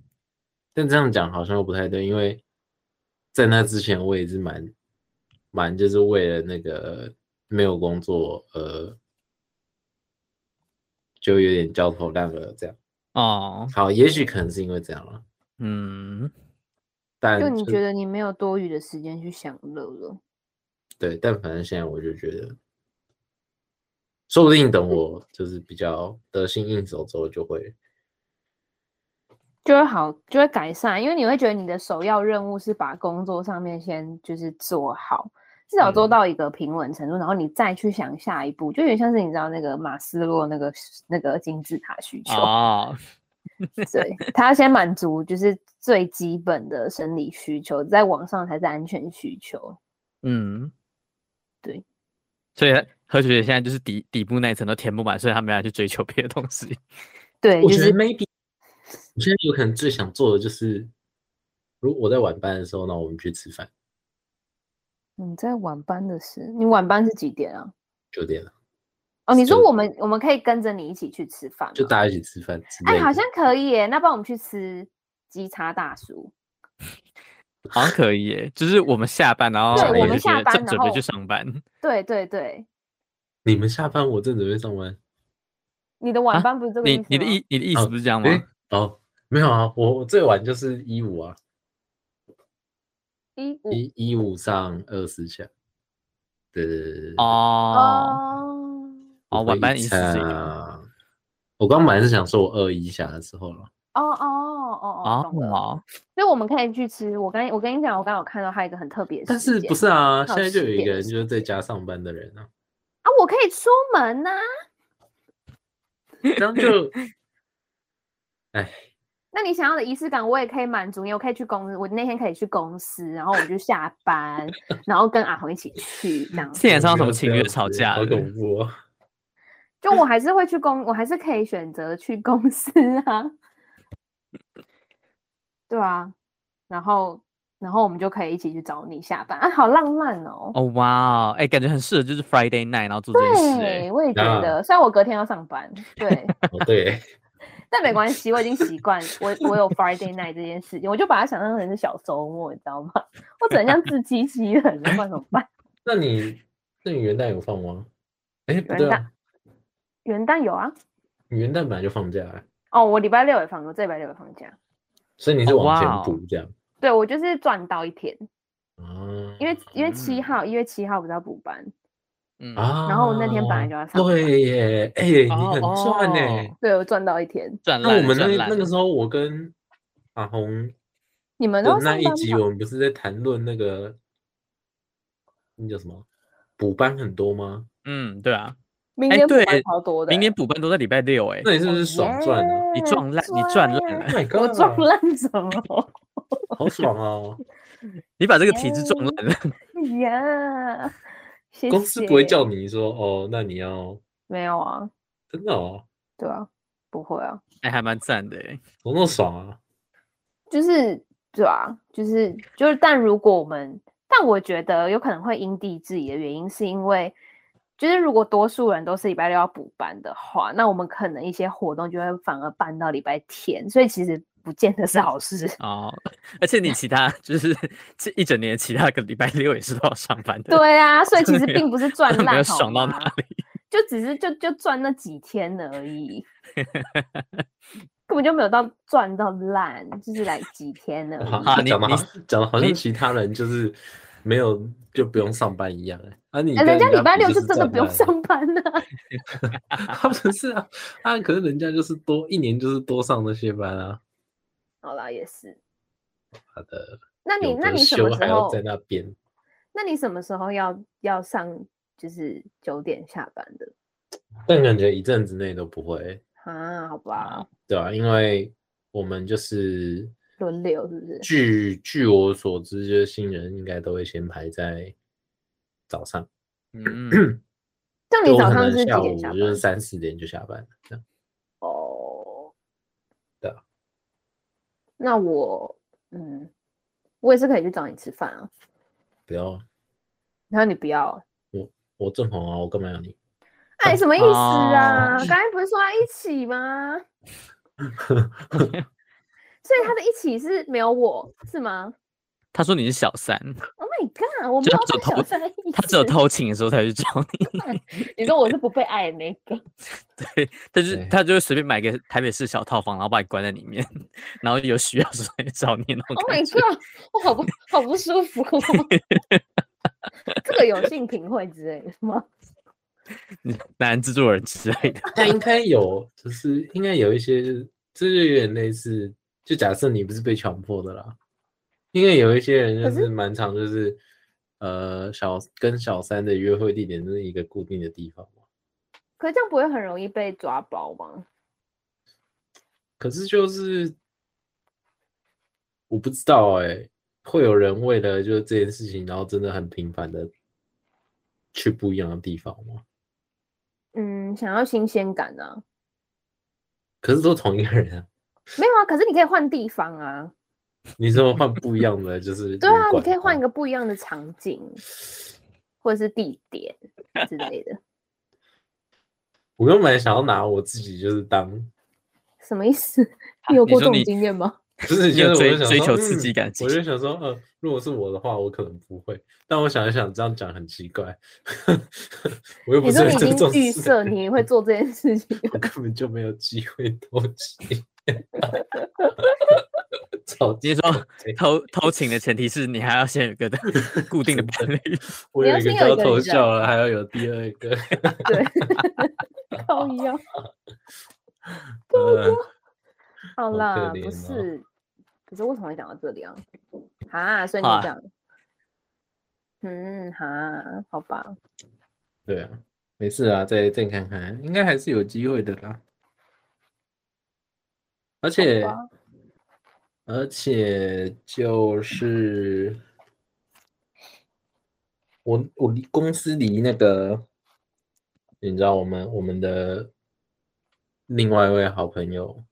Speaker 1: 但这样讲好像又不太对，因为在那之前我也是蛮蛮就是为了那个没有工作，呃，就有点焦头烂额这样。
Speaker 2: 哦，
Speaker 1: 好，也许可能是因为这样了，
Speaker 2: 嗯，
Speaker 1: 但
Speaker 3: 就你
Speaker 1: 就
Speaker 3: 觉得你没有多余的时间去享乐了，
Speaker 1: 对，但反正现在我就觉得，说不定等我就是比较得心应手之后，就会
Speaker 3: 就会好，就会改善，因为你会觉得你的首要任务是把工作上面先就是做好，至少做
Speaker 2: 嗯
Speaker 3: 到一个平稳程度，然后你再去想下一步，就有点像是你知道那个马斯洛那个那个金字塔需求，
Speaker 2: 哦，
Speaker 3: 对，他要先满足就是最基本的生理需求，再往上才是安全需求。
Speaker 2: 嗯，
Speaker 3: 对，
Speaker 2: 所以何学姐现在就是底底部那一层都填不满，所以她没有去追求别的东西。
Speaker 3: 对，
Speaker 1: 我
Speaker 3: 就
Speaker 1: 觉得
Speaker 3: 是
Speaker 1: maybe，我现在有可能最想做的就是，如果我在晚班的时候，那我们去吃饭，
Speaker 3: 你在晚班的时，你晚班是几点啊？
Speaker 1: 九点了，
Speaker 3: 哦，你说
Speaker 1: 就
Speaker 3: 我们我们可以跟着你一起去吃饭吗，
Speaker 1: 就大家一起吃饭之类
Speaker 3: 哎，
Speaker 1: 的。
Speaker 3: 好像可以耶，那帮我们去吃鸡叉大叔。
Speaker 2: 好像可以耶，就是我们下班，然后
Speaker 1: 对
Speaker 2: 何
Speaker 1: 我们
Speaker 2: 学姐
Speaker 3: 下班
Speaker 2: 正
Speaker 3: 然
Speaker 2: 准备去
Speaker 3: 后
Speaker 2: 上班。
Speaker 3: 对对对，
Speaker 1: 你们下班，我正准备上班。
Speaker 3: 你的
Speaker 2: 啊
Speaker 3: 晚班不是这个意思
Speaker 2: 你
Speaker 3: 吗？
Speaker 2: 你的意你的意思
Speaker 1: 哦
Speaker 2: 不是这样吗？
Speaker 1: 哎、哦，没有啊，我我最晚就是一五啊，
Speaker 3: 一五
Speaker 1: 一一五上二十下。对对对对对。
Speaker 2: 哦
Speaker 3: 哦
Speaker 2: 哦，晚班
Speaker 1: 一
Speaker 2: 仪式这个哦
Speaker 1: 下。我刚本来是想说我二一下的时候了。
Speaker 3: 哦哦哦哦，懂了。
Speaker 2: 哦，
Speaker 3: 所以我们可以去吃。我刚我跟你讲，我刚有看到他一个很特别的
Speaker 1: 但
Speaker 3: 时
Speaker 1: 是
Speaker 3: 间，
Speaker 1: 不是啊？现
Speaker 3: 到
Speaker 1: 在就有
Speaker 3: 10
Speaker 1: 一
Speaker 3: 点
Speaker 1: 个
Speaker 3: 的
Speaker 1: 人
Speaker 3: 时
Speaker 1: 就是在家上班的人啊，
Speaker 3: 啊？我可以出门呐、
Speaker 1: 这样 就，哎，
Speaker 3: 那你想要的仪式感，我也可以满足你。我可以去公司，我那天可以去公司，然后我就下班，然后跟阿红一起去这样子。
Speaker 2: 现在上什
Speaker 1: 不
Speaker 2: 么
Speaker 1: 要
Speaker 2: 情
Speaker 1: 这
Speaker 2: 侣
Speaker 1: 样
Speaker 2: 吵
Speaker 1: 子
Speaker 2: 架
Speaker 1: 好
Speaker 2: 了？
Speaker 1: 恐怖 哦！
Speaker 3: 就我还是会去公，我还是可以选择去公司啊。对啊，然后然后我们就可以一起去找你下班啊，好浪漫哦。
Speaker 2: 哦哇哦，哎，感觉很适合就是 Friday night，然后做这件事，
Speaker 3: 对，
Speaker 2: 哎，
Speaker 3: 我也觉
Speaker 1: 啊
Speaker 3: 得，虽然我隔天要上班， 对，
Speaker 1: 哦对，
Speaker 3: 但没关系，我已经习惯我我有 Friday night 这件事情，我就把它想象成是小周末，你知道吗？ 我整像自欺欺人，那不然怎么办？
Speaker 1: 那你那你元旦有放吗？哎，不
Speaker 3: 元
Speaker 1: 对
Speaker 3: 旦
Speaker 1: 啊，
Speaker 3: 元旦有啊，
Speaker 1: 你元旦本来就放假啊，
Speaker 3: 哦，我礼拜六也放，我这礼拜六也放假，
Speaker 1: 所以你是
Speaker 2: 哦
Speaker 1: 往
Speaker 2: 哇
Speaker 1: 前
Speaker 2: 哦
Speaker 1: 补这样
Speaker 3: 对我就是赚到一天，
Speaker 1: 啊？
Speaker 3: 因为因为七
Speaker 2: 嗯
Speaker 3: 号一月七号不是要补班，
Speaker 2: 嗯，
Speaker 1: 啊，
Speaker 3: 然后我那天本来就要上班
Speaker 1: 哦对耶，哎，你
Speaker 2: 哦
Speaker 1: 很赚
Speaker 2: 哦
Speaker 1: 呢。
Speaker 3: 对我赚到一天，
Speaker 2: 赚
Speaker 1: 那我
Speaker 2: 烂了，
Speaker 1: 们
Speaker 2: 赚
Speaker 1: 那
Speaker 2: 烂
Speaker 1: 那个时
Speaker 2: 了。
Speaker 1: 候，我跟阿红
Speaker 3: 你们都
Speaker 1: 的
Speaker 3: 要
Speaker 1: 那
Speaker 3: 上
Speaker 1: 一
Speaker 3: 班
Speaker 1: 集，
Speaker 3: 吧
Speaker 1: 我们不是在谈论那个那叫什么补班很多吗？
Speaker 2: 嗯，对啊，
Speaker 3: 明
Speaker 2: 哎
Speaker 3: 天补
Speaker 2: 对
Speaker 3: 班超多的欸，
Speaker 2: 明年补班都在礼拜六，哎，
Speaker 1: 那你是不是爽赚啊
Speaker 2: 你
Speaker 3: 耶
Speaker 2: 赚烂你赚烂
Speaker 3: 赚
Speaker 1: Oh
Speaker 2: 了
Speaker 1: my
Speaker 3: 我
Speaker 1: god，
Speaker 3: 赚 烂什么？
Speaker 1: 好爽哦！
Speaker 2: 你把这个体质撞
Speaker 3: 耶
Speaker 2: 烂了，
Speaker 3: 呀， 谢
Speaker 1: 公司不会
Speaker 3: 谢
Speaker 1: 叫你说哦，那你要
Speaker 3: 没有啊，
Speaker 1: 真的哦，
Speaker 3: 对啊，不会啊，
Speaker 2: 哎，还蛮赞的，哎，
Speaker 1: 怎么那么爽啊？
Speaker 3: 就是对啊，就是就是，但如果我们，但我觉得有可能会因地制宜的原因，是因为就是如果多数人都是礼拜六要补班的话，那我们可能一些活动就会反而办到礼拜天，所以其实不见得是好事。
Speaker 2: 哦，而且 你其他就是这一整年其他个礼拜六也是都要上班的，
Speaker 3: 对啊，所以其
Speaker 2: 真的
Speaker 3: 实
Speaker 2: 没有
Speaker 3: 并不是赚
Speaker 2: 没有
Speaker 3: 烂，好
Speaker 2: 爽到
Speaker 3: 吗
Speaker 2: 哪里。
Speaker 3: 就只是就就赚那几天而已， 根本就没有到赚到烂，就是来几天 而
Speaker 1: 哇
Speaker 3: 已。
Speaker 2: 啊你
Speaker 1: 讲的
Speaker 2: 你
Speaker 1: 好讲的好像
Speaker 2: 你
Speaker 1: 其他人就是没有就不用上班一样哎、啊你
Speaker 3: 哎，
Speaker 1: 跟
Speaker 3: 人家礼拜
Speaker 1: 比
Speaker 3: 六
Speaker 1: 就
Speaker 3: 就是真的
Speaker 1: 赚
Speaker 3: 不用
Speaker 1: 烂
Speaker 3: 上班呢、
Speaker 1: 啊，不是啊，啊，可是人家就是多一年就是多上那些班啊，
Speaker 3: 好啦，也是。
Speaker 1: 好的，
Speaker 3: 那你
Speaker 1: 有
Speaker 3: 那
Speaker 1: 得
Speaker 3: 你什么
Speaker 1: 休
Speaker 3: 时
Speaker 1: 还要
Speaker 3: 候
Speaker 1: 在？那边，
Speaker 3: 那你什么时候要要上？就是九点下班的
Speaker 1: 但感觉一阵子内都不会，
Speaker 3: 啊？好吧，
Speaker 1: 对啊，因为我们就是
Speaker 3: 轮流是不是？
Speaker 1: 据据我所知，就是新人应该都会先排在早上，
Speaker 2: 嗯，
Speaker 3: 像
Speaker 1: 就
Speaker 3: 你
Speaker 1: 我
Speaker 3: 早
Speaker 1: 可
Speaker 3: 上
Speaker 1: 能
Speaker 3: 是几
Speaker 1: 下
Speaker 3: 点
Speaker 1: 午
Speaker 3: 下班？
Speaker 1: 就是三四点就下班了，这样
Speaker 3: 哦，
Speaker 1: 对啊。
Speaker 3: 那我，嗯，我也是可以去找你吃饭啊。
Speaker 1: 不要
Speaker 3: 然后你不要，啊
Speaker 1: 我正红啊，我干嘛 要你？
Speaker 3: 哎，什么意思啊？
Speaker 2: 哦
Speaker 3: 刚才不是说要一起吗？ 所以他的一起是没有我是吗
Speaker 2: 他说你是小三，
Speaker 3: ？Oh my god！我没
Speaker 2: 就
Speaker 3: 有
Speaker 2: 他只有
Speaker 3: 把小
Speaker 2: 偷
Speaker 3: 三的意
Speaker 2: 他只有
Speaker 3: 思。
Speaker 2: 偷情的时候才去找你，
Speaker 3: 你说我是不被爱的那 个，？Oh
Speaker 2: 对，他就是
Speaker 1: 对
Speaker 2: 他就会随便买个台北市小套房，然后把你关在里面，然后有需要的时候才去找你那种
Speaker 3: Oh
Speaker 2: 感
Speaker 3: my
Speaker 2: 觉。
Speaker 3: god！我好不好不舒服、哦。 这个有性平会之类的吗？
Speaker 2: 男制作人之类的，
Speaker 1: 但应该有，就是应该有一些，这就有点类似，就假设你不是被强迫的啦，因为有一些人
Speaker 3: 可
Speaker 1: 就是是蛮常就是，呃，小跟小三的约会地点就是一个固定的地方嘛，
Speaker 3: 可是这样不会很容易被抓包吗？
Speaker 1: 可是就是我不知道哎、会有人为了就是这件事情，然后真的很频繁的去不一样的地方吗？
Speaker 3: 嗯，想要新鲜感啊。
Speaker 1: 可是都同一个人啊，
Speaker 3: 没有啊，可是你可以换地方啊。
Speaker 1: 你说换不一样的就是
Speaker 3: 对啊，
Speaker 1: 旅
Speaker 3: 你
Speaker 1: 馆
Speaker 3: 可以换
Speaker 2: 嗯
Speaker 1: 吗
Speaker 3: 一个不一样的场景，或者是地点之类的。
Speaker 1: 我根本想要拿我自己就是当，
Speaker 3: 什么意思？你有
Speaker 2: 你
Speaker 3: 过这
Speaker 2: 说
Speaker 3: 种
Speaker 2: 你
Speaker 3: 经验吗？
Speaker 1: 不是
Speaker 2: 你
Speaker 1: 就
Speaker 2: 有
Speaker 1: 是我
Speaker 2: 追
Speaker 1: 就想
Speaker 2: 追
Speaker 1: 说
Speaker 2: 求刺激
Speaker 1: 嗯
Speaker 2: 感情
Speaker 1: 我就想说，呃，如果是我的话，我可能不会。但我想一想，这样讲很奇怪， 我又不
Speaker 3: 你
Speaker 1: 是
Speaker 3: 说
Speaker 1: 很
Speaker 3: 你已
Speaker 1: 尊重
Speaker 3: 经预
Speaker 1: 事
Speaker 3: 设
Speaker 1: 的
Speaker 3: 你
Speaker 1: 人
Speaker 3: 会做这件事情，
Speaker 1: 我根本就没有机会偷 情。 早
Speaker 2: 你
Speaker 1: 接
Speaker 2: 说偷偷情的前提是你还要先有个固定的伴侣，
Speaker 1: 我
Speaker 3: 你
Speaker 1: 有
Speaker 3: 要
Speaker 1: 一个
Speaker 3: 先有
Speaker 1: 叫
Speaker 3: 一个
Speaker 1: 偷
Speaker 3: 人
Speaker 1: 笑了，还要有第二 个。
Speaker 3: 对， 靠腰。
Speaker 1: 呃
Speaker 3: 好
Speaker 1: 好可
Speaker 3: 啦，
Speaker 1: 怜
Speaker 3: 不
Speaker 1: 哦
Speaker 3: 是，可是为什么会讲到这里啊？啊，所以
Speaker 2: 好
Speaker 3: 你
Speaker 2: 啊
Speaker 3: 讲，嗯，哈，好吧，
Speaker 1: 对啊，没事啊，再再看看，应该还是有机会的啦。而且
Speaker 3: 好吧，
Speaker 1: 而且就是我我离公司离那个，你知道我们我们的另外一位好朋友，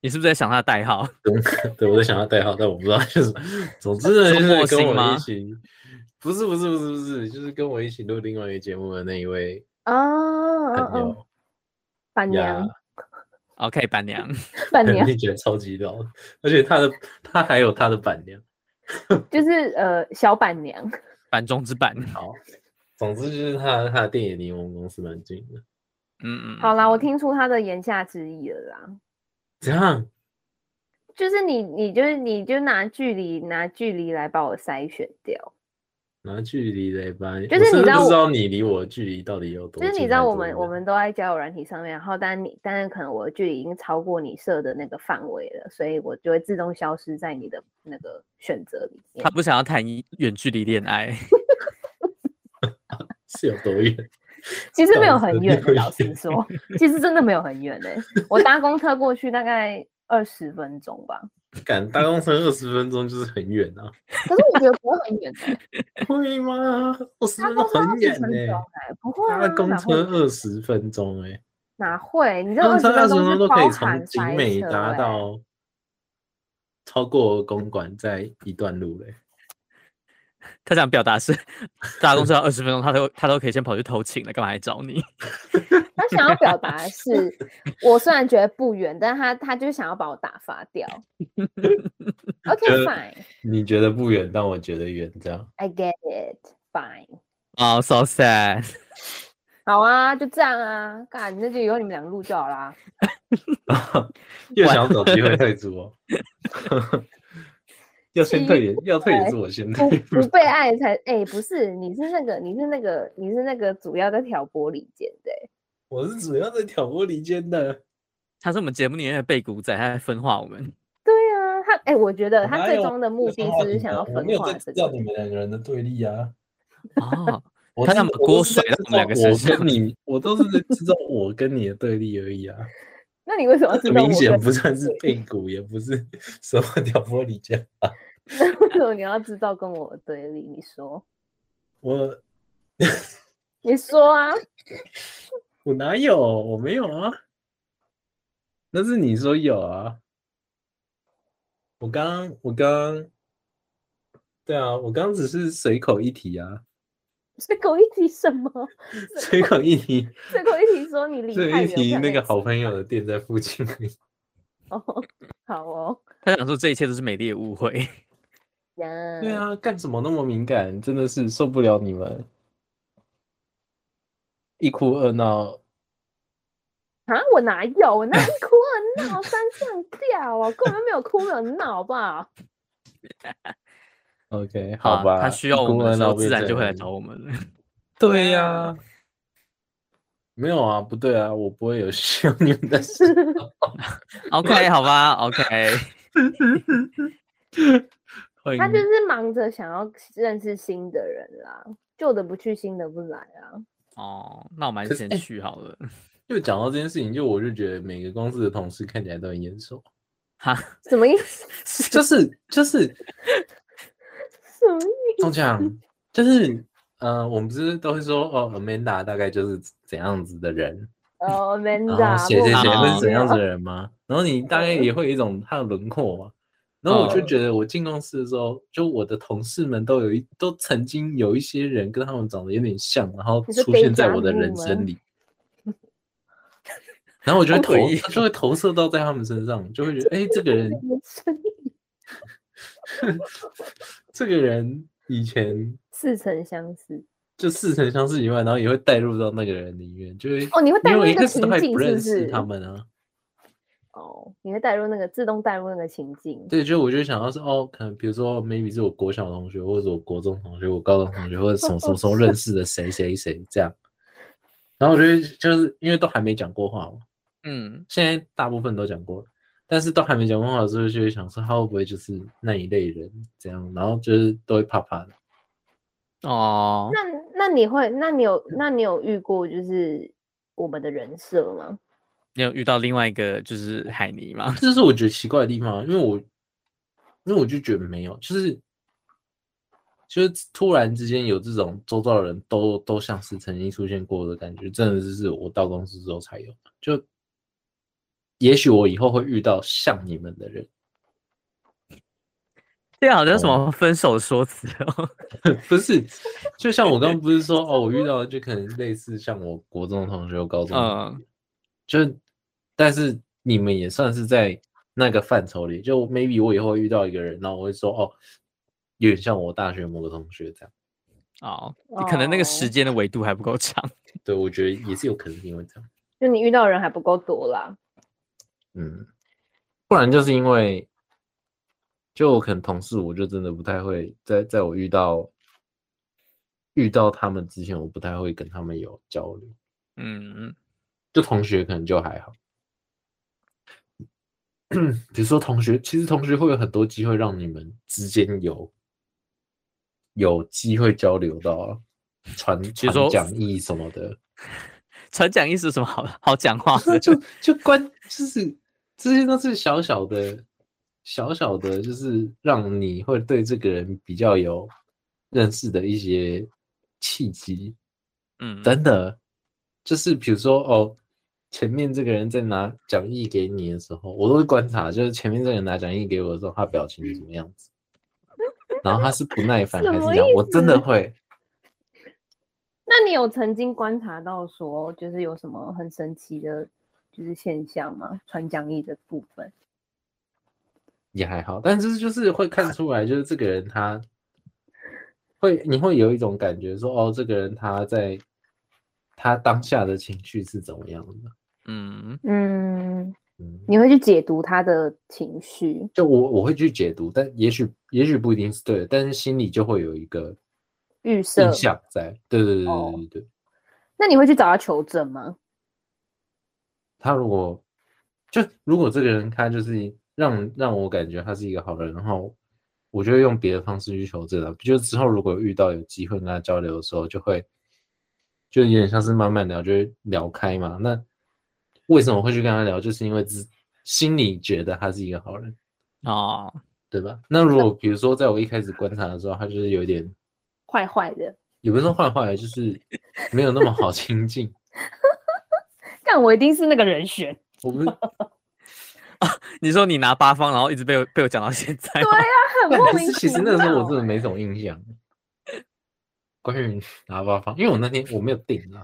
Speaker 2: 你是不是在想他的代号？
Speaker 1: 对我在想要代号，但我不知道就是，总之呢，就是
Speaker 2: 周末
Speaker 1: 跟
Speaker 2: 星
Speaker 1: 我一
Speaker 2: 吗
Speaker 1: 起，不是不是不是不是，就是跟我一起录另外一个节目的那一位
Speaker 3: 啊，
Speaker 1: 朋
Speaker 3: 哦哦
Speaker 1: 友
Speaker 3: 板
Speaker 1: 呀
Speaker 3: 娘，，
Speaker 2: 哦，可以板娘，
Speaker 3: 板娘，
Speaker 1: 你觉得超级屌的， 而且他的他还有他的板娘。
Speaker 3: 就是呃，小板娘。
Speaker 1: 嗯
Speaker 2: 板中之
Speaker 3: 嗯
Speaker 2: 板，
Speaker 1: 好，总之就是他他的店也离我们公司蛮近的。
Speaker 2: 嗯嗯，
Speaker 3: 好啦，
Speaker 2: 嗯
Speaker 3: 我听出他的言下之意了啦，
Speaker 1: 怎样？
Speaker 3: 就是你，你就是你就拿距离拿距离来把我筛选掉，
Speaker 1: 拿距离来吧，
Speaker 3: 就是
Speaker 1: 我
Speaker 3: 你
Speaker 1: 甚
Speaker 3: 知
Speaker 1: 至不
Speaker 3: 道
Speaker 1: 知
Speaker 3: 我
Speaker 1: 道你离我的距离到底有多
Speaker 3: 就
Speaker 1: 近。
Speaker 3: 是你知道我们我们都在交友软体上面，然后但你但是可能我的距离已经超过你设的那个范围了，所以我就会自动消失在你的那个选择里面
Speaker 2: 他。不想要谈一远距离恋爱，
Speaker 1: 是有多远？
Speaker 3: 其实没有
Speaker 1: 懂
Speaker 3: 很
Speaker 1: 得
Speaker 3: 远的，
Speaker 1: 有一
Speaker 3: 老实
Speaker 1: 点
Speaker 3: 说，其实真的没有很远 哎、我搭公车过去大概二十分钟吧，
Speaker 1: 赶搭公车二十分钟就是很远 啊，
Speaker 3: 可是我觉得不会很远 的、
Speaker 1: 会吗？二十
Speaker 3: 搭
Speaker 1: 分
Speaker 3: 公
Speaker 1: 钟
Speaker 3: 车二
Speaker 1: 很
Speaker 3: 十
Speaker 1: 远
Speaker 3: 分
Speaker 1: 呢、
Speaker 3: 钟哎、不会啊，
Speaker 1: 搭公
Speaker 3: 哪会
Speaker 1: 车二十分钟哎、欸，
Speaker 3: 哪会？你这
Speaker 1: 公
Speaker 3: 二
Speaker 1: 车
Speaker 3: 十
Speaker 1: 二
Speaker 3: 分
Speaker 1: 十
Speaker 3: 钟
Speaker 1: 分钟
Speaker 3: 是
Speaker 1: 都可
Speaker 3: 包
Speaker 1: 以
Speaker 3: 含
Speaker 1: 从
Speaker 3: 塞
Speaker 1: 景美
Speaker 3: 车
Speaker 1: 搭
Speaker 3: 欸
Speaker 1: 到超过公馆再一段路嘞、
Speaker 2: 他想表达是搭公车要二十分钟，他都他都可以先跑去偷情了，干嘛来 找你？
Speaker 3: 他想要表达的是，我虽然觉得不远，但他他就是想要把我打发 掉。OK
Speaker 1: 呃
Speaker 3: fine,
Speaker 1: 你觉得不远，但我觉得远，这样
Speaker 3: I get it, fine。
Speaker 1: Oh,
Speaker 2: 哦、s o sad，
Speaker 3: 好啊，就这样啊，干，那就以后你们两个录就好啦。
Speaker 1: 又想找机会退出 哦。要先退也要退也是我先
Speaker 3: 不
Speaker 1: 退，
Speaker 3: 不被爱才哎、不是，你是那个，你是那个，你是那个主要在挑拨离间的欸、
Speaker 1: 我是主要在挑拨离间的。
Speaker 2: 他是我们节目里面的背骨仔，他在分化 我们。
Speaker 3: 对啊，他哎、我觉得他
Speaker 1: 哪
Speaker 3: 最
Speaker 1: 有
Speaker 3: 终的 目的
Speaker 1: 我
Speaker 3: 是想要 分
Speaker 1: 我没有
Speaker 3: 化
Speaker 1: 在
Speaker 3: 这
Speaker 1: 制
Speaker 3: 个
Speaker 1: 造。你们两个人的对立啊。
Speaker 2: 哦，
Speaker 1: 我
Speaker 2: 他
Speaker 1: 是
Speaker 2: 想把
Speaker 1: 我都
Speaker 2: 锅
Speaker 1: 是在
Speaker 2: 甩到
Speaker 1: 制
Speaker 2: 我们两个
Speaker 1: 造
Speaker 2: 身
Speaker 1: 我跟你，我都是在制造我跟你的对立而已啊。
Speaker 3: 那你为什么要知
Speaker 1: 很
Speaker 3: 道
Speaker 1: 明
Speaker 3: 我跟
Speaker 1: 显
Speaker 3: 你
Speaker 1: 不算是
Speaker 3: 对
Speaker 1: 背骨，也不是 什么挑拨离间啊。
Speaker 3: 那 为什么你要知道跟我对立？你说，
Speaker 1: 我
Speaker 3: 你说啊，
Speaker 1: 我哪有？我没有啊。那是你说有啊。我刚我刚，对啊，我刚只是随口一提啊，
Speaker 3: 随口一提什么？
Speaker 1: 随口一 提，
Speaker 3: 随口一提说你离
Speaker 1: 随口
Speaker 3: 太
Speaker 1: 一
Speaker 3: 远，我
Speaker 1: 提
Speaker 3: 想
Speaker 1: 那
Speaker 3: 跟
Speaker 1: 个
Speaker 3: 你
Speaker 1: 好朋友的店在附近而已。
Speaker 3: 哦，好哦，
Speaker 2: 他想说这一切都是美丽的误会。
Speaker 3: 呀，
Speaker 1: 对，啊，干什么那么敏感？真的是受不了你们一哭二闹。
Speaker 3: 啊，我哪 有？我哪里哭二闹三上吊啊？根本没有哭没有闹，好不好？
Speaker 1: OK，好吧，
Speaker 2: 啊他需要
Speaker 1: 一
Speaker 2: 我
Speaker 1: 哭
Speaker 2: 们
Speaker 1: 二
Speaker 2: 的时候，
Speaker 1: 闹
Speaker 2: 自
Speaker 1: 变
Speaker 2: 然就会来
Speaker 1: 成
Speaker 2: 找我们了。
Speaker 1: 对呀、
Speaker 3: 嗯
Speaker 1: 没有啊，不对啊，我不会有需要你们的事。
Speaker 2: OK，好吧，OK，
Speaker 1: 欢
Speaker 3: 他
Speaker 1: 迎
Speaker 3: 就是忙着想要认识新的人啦，旧的不去，新的不来啊。
Speaker 2: 哦，那我们还
Speaker 1: 可
Speaker 2: 是
Speaker 1: 是
Speaker 2: 先
Speaker 1: 哎
Speaker 2: 去好了。
Speaker 1: 就讲到这件事情，就我就觉得每个公司的同事看起来都很眼 熟，
Speaker 2: 哈，
Speaker 3: 什么意思？
Speaker 1: 就是就是
Speaker 3: 什么意
Speaker 1: 中奖，就是呃，我们不是都会说哦，Amanda 大概就是怎样子的人，
Speaker 3: 思？哦
Speaker 1: 然
Speaker 3: ，Manda，
Speaker 1: 后谁谁谁
Speaker 2: 莫
Speaker 1: 会
Speaker 3: 啊
Speaker 2: 名
Speaker 1: 是怎样子的人吗？然后你大概也会有一种他的轮廓嘛。然后我就
Speaker 2: 嗯
Speaker 1: 觉得，我进公司的时候，就我的同事们都有一都曾经有一些人跟他们长得有点像，然后
Speaker 3: 你是
Speaker 1: 出现在
Speaker 3: deja
Speaker 1: 我的
Speaker 3: vu
Speaker 1: 人
Speaker 3: 吗
Speaker 1: 生里。然后我就会
Speaker 2: 好
Speaker 1: 投
Speaker 2: 诡异，
Speaker 1: 就会投射到在他们身上，就会觉得，哎，这个人
Speaker 3: 思？
Speaker 1: 这个人以前
Speaker 3: 似曾相识
Speaker 1: 就似曾相识以外，然后也会带入到那个人里面，就会
Speaker 3: 哦，你会带
Speaker 1: 因
Speaker 3: 入
Speaker 1: 为
Speaker 3: 那
Speaker 1: 一开
Speaker 3: 个
Speaker 1: 始
Speaker 3: 情
Speaker 1: 都还
Speaker 3: 境
Speaker 1: 不
Speaker 3: 是不
Speaker 1: 认识
Speaker 3: 是？
Speaker 1: 他们啊，
Speaker 3: 哦，你会带入那个自动带入那个情境。
Speaker 1: 对，就我就想到是哦，可能比如说 maybe 是我国小同学，或者我国中同学，我高中同学，或者什么什么时候认识的谁谁谁这样，然后我就会就是因为都还没讲过话嘛，
Speaker 2: 嗯，
Speaker 1: 现在大部分都讲过了，但是都还没讲过话的时候，就会想说他会不会就是那一类人这样，然后就是都会怕怕的。
Speaker 2: 哦，
Speaker 3: 那那你会，那你有，那你有遇过就是我们的人设吗？
Speaker 2: 你有遇到另外一个就是海尼吗？
Speaker 1: 这是我觉得奇怪的地方，啊因为我，因为我就觉得没有，就是，就是突然之间有这种周遭的人都都像是曾经出现过的感觉，真的就是我到公司之后才有。就，也许我以后会遇到像你们的人，
Speaker 2: 这好像什
Speaker 1: 哦
Speaker 2: 么分手说辞哦。
Speaker 1: 不是，就像我刚刚不是说哦，我遇到的就可能类似像我国中的同学、高中的同学
Speaker 2: 嗯，
Speaker 1: 就但是你们也算是在那个范畴里，就 maybe 我以后会遇到一个人，然后我会说哦，有点像我大学某个同学这样，
Speaker 2: 哦，可能那个时
Speaker 3: 哦
Speaker 2: 间的维度还不够长。
Speaker 1: 对我觉得也是有可能因为这样，
Speaker 3: 就你遇到的人还不够多啦。
Speaker 1: 嗯，不然就是因为就我可能同事，我就真的不太会在在我遇到遇到他们之前，我不太会跟他们有交流，
Speaker 2: 嗯，
Speaker 1: 就同学可能就还好。 比如说同学，其实同学会有很多机会让你们之间有有机会交流到啊传
Speaker 2: 比如
Speaker 1: 传
Speaker 2: 说
Speaker 1: 讲义什么的，
Speaker 2: 传讲意思有什么好好讲话
Speaker 1: 那
Speaker 2: 的？
Speaker 1: 就就关就是这些都是小小的小小的，就是让你会对这个人比较有认识的一些契机。
Speaker 2: 嗯，
Speaker 1: 真的，就是比如说哦，前面这个人在拿讲义给你的时候，我都会观察，就是前面这个人拿讲义给我的时候，他表情是什么样 子，然后他是不耐烦
Speaker 3: 什
Speaker 1: 还是
Speaker 3: 么
Speaker 1: 怎样，
Speaker 3: 意
Speaker 1: 我真的
Speaker 3: 思
Speaker 1: 会，
Speaker 3: 那你有曾经观察到说，就是有什么很神奇的，就是现象吗？传讲义的部分，
Speaker 1: 也还好，但是就是会看出来，就是这个人他会，你会有一种感觉说，哦，这个人他在他当下的情绪是怎么样的。
Speaker 2: 嗯，
Speaker 3: 嗯，
Speaker 1: 嗯，
Speaker 3: 你会去解读他的情绪，
Speaker 1: 就我我会去解读，但也许也许不一定是对的，但是心里就会有一个
Speaker 3: 预设
Speaker 1: 印，象在。对对对对对对，
Speaker 3: 那你会去找他求证吗？
Speaker 1: 他如果就如果这个人他就是让让我感觉他是一个好人，然后我就会用别的方式去求证了。就之后如果遇到有机会跟他交流的时候，就会就有点像是慢慢聊，就会聊开嘛。那为什么会去跟他聊？就是因为自心里觉得他是一个好人。
Speaker 2: 哦，
Speaker 1: 对吧？那如果比如说，在我一开始观察的时候，他就是有点，
Speaker 3: 坏坏的，
Speaker 1: 也不是说坏坏，就是没有那么好 亲近。
Speaker 3: 但我一定是那个人选。
Speaker 1: 我不是，
Speaker 2: 你说你拿八方，然后一直被我被我讲到现在
Speaker 1: 啊
Speaker 2: 吗，
Speaker 3: 很
Speaker 1: 但
Speaker 3: 莫
Speaker 1: 但
Speaker 3: 名
Speaker 1: 是
Speaker 3: 其
Speaker 1: 其
Speaker 3: 妙。欸
Speaker 1: 实那时候我真的没什么印象。关于拿八方，因为我那天我没有定啊，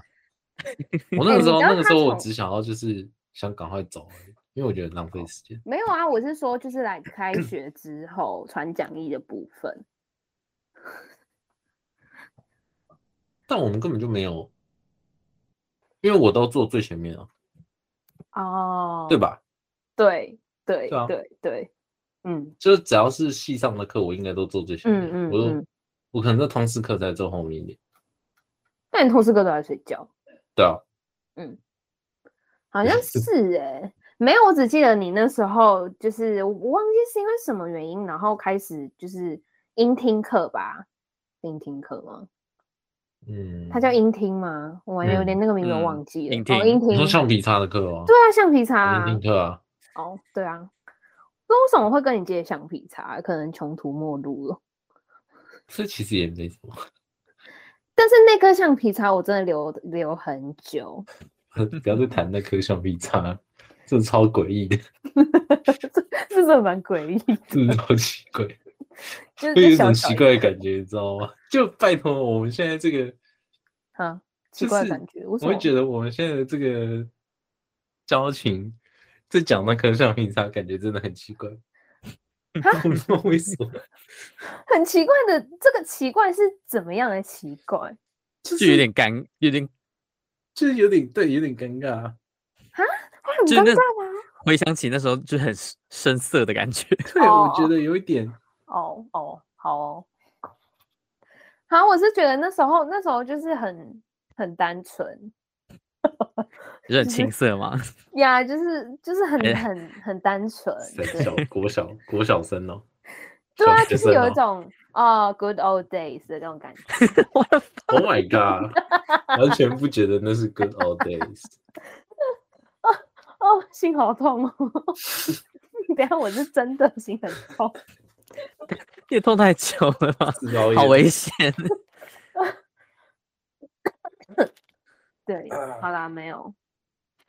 Speaker 1: 我那
Speaker 3: 哎
Speaker 1: 个时候
Speaker 3: 你知道
Speaker 1: 那个
Speaker 3: 他
Speaker 1: 时候我
Speaker 3: 从
Speaker 1: 只想要就是想赶快走而已，因为我觉得浪费时间。
Speaker 3: 没有啊，我是说，就是来开学之后传讲义的部分，
Speaker 1: 但我们根本就没有，因为我都坐最前面啊，
Speaker 3: 哦，
Speaker 1: 对？吧？
Speaker 3: 对对
Speaker 1: 对啊
Speaker 3: 对对，嗯
Speaker 1: 就是只要是系上的课，我应该都坐最前面。
Speaker 3: 嗯嗯
Speaker 1: 我都
Speaker 3: 嗯
Speaker 1: 我可能在通识课才坐后面一点。
Speaker 3: 那你同事哥都在睡觉，
Speaker 1: 对啊，
Speaker 3: 好 像是哎、没有，我只记得你那时候就是我我忘记是因为什么原因，然后开始就是音听课吧，音听课吗？
Speaker 1: 嗯，
Speaker 3: 它叫音听吗？我有点那个名字我
Speaker 2: 嗯
Speaker 3: 忘记了，
Speaker 2: 音
Speaker 3: 哦，
Speaker 2: 听
Speaker 3: 音
Speaker 1: 你
Speaker 3: 听
Speaker 1: 说，橡皮擦的课哦，
Speaker 3: 对啊，橡皮擦、
Speaker 1: 啊，
Speaker 3: 啊，
Speaker 1: 音听课啊，
Speaker 3: 哦，对啊，不知道为什么我会跟你借橡皮擦，可能穷途末路了。
Speaker 1: 这其实也没什么，
Speaker 3: 但是那颗橡皮擦我真的留留很久，
Speaker 1: 不要再谈那颗橡皮擦，这超诡异的，
Speaker 3: 这真的蛮诡异，
Speaker 1: 这超奇怪，
Speaker 3: 就是
Speaker 1: 会有
Speaker 3: 这
Speaker 1: 一
Speaker 3: 小
Speaker 1: 种
Speaker 3: 小
Speaker 1: 奇
Speaker 3: 一
Speaker 1: 怪的
Speaker 3: 颗
Speaker 1: 感觉，你知道吗？ 就拜托我们现在这个，
Speaker 3: 啊，奇
Speaker 1: 就
Speaker 3: 怪的
Speaker 1: 是
Speaker 3: 感觉。我
Speaker 1: 我会觉得我们现在的这个交情，在讲那颗橡皮擦，感觉真的很奇怪， 我不知道为什么，
Speaker 3: 很奇怪的，这个奇怪是怎么样的奇怪？
Speaker 1: 就是
Speaker 2: 就有点尴，有点
Speaker 1: 就是有点对，有点尴尬
Speaker 3: 哦
Speaker 1: 啊，
Speaker 3: 会很
Speaker 2: 就
Speaker 3: 尴
Speaker 2: 那
Speaker 3: 尬吗？
Speaker 2: 回想起那时候就很深深色的感觉。
Speaker 1: 对，我
Speaker 3: 哦
Speaker 1: 觉得有一点，
Speaker 3: 哦哦，好哦，好，我是觉得那时候那时候就是很很单纯
Speaker 2: 就很
Speaker 3: 就是
Speaker 2: 青涩嘛，
Speaker 3: 呀就是就是很
Speaker 2: 哎
Speaker 3: 很很单纯，
Speaker 1: 三小国小国小生哦，
Speaker 3: 对啊，
Speaker 1: 小学
Speaker 3: 就是
Speaker 1: 生
Speaker 3: 有一
Speaker 1: 哦
Speaker 3: 种哦 good old days 的那种感觉。
Speaker 1: Oh my god！完 全不觉得那是 good old days。
Speaker 3: 哦，心好 痛哦！等一下我是真的心很痛，
Speaker 2: 也痛太久了吧，
Speaker 1: 自导
Speaker 2: 好
Speaker 1: 演
Speaker 2: 危险。
Speaker 3: 对，好啦，没有，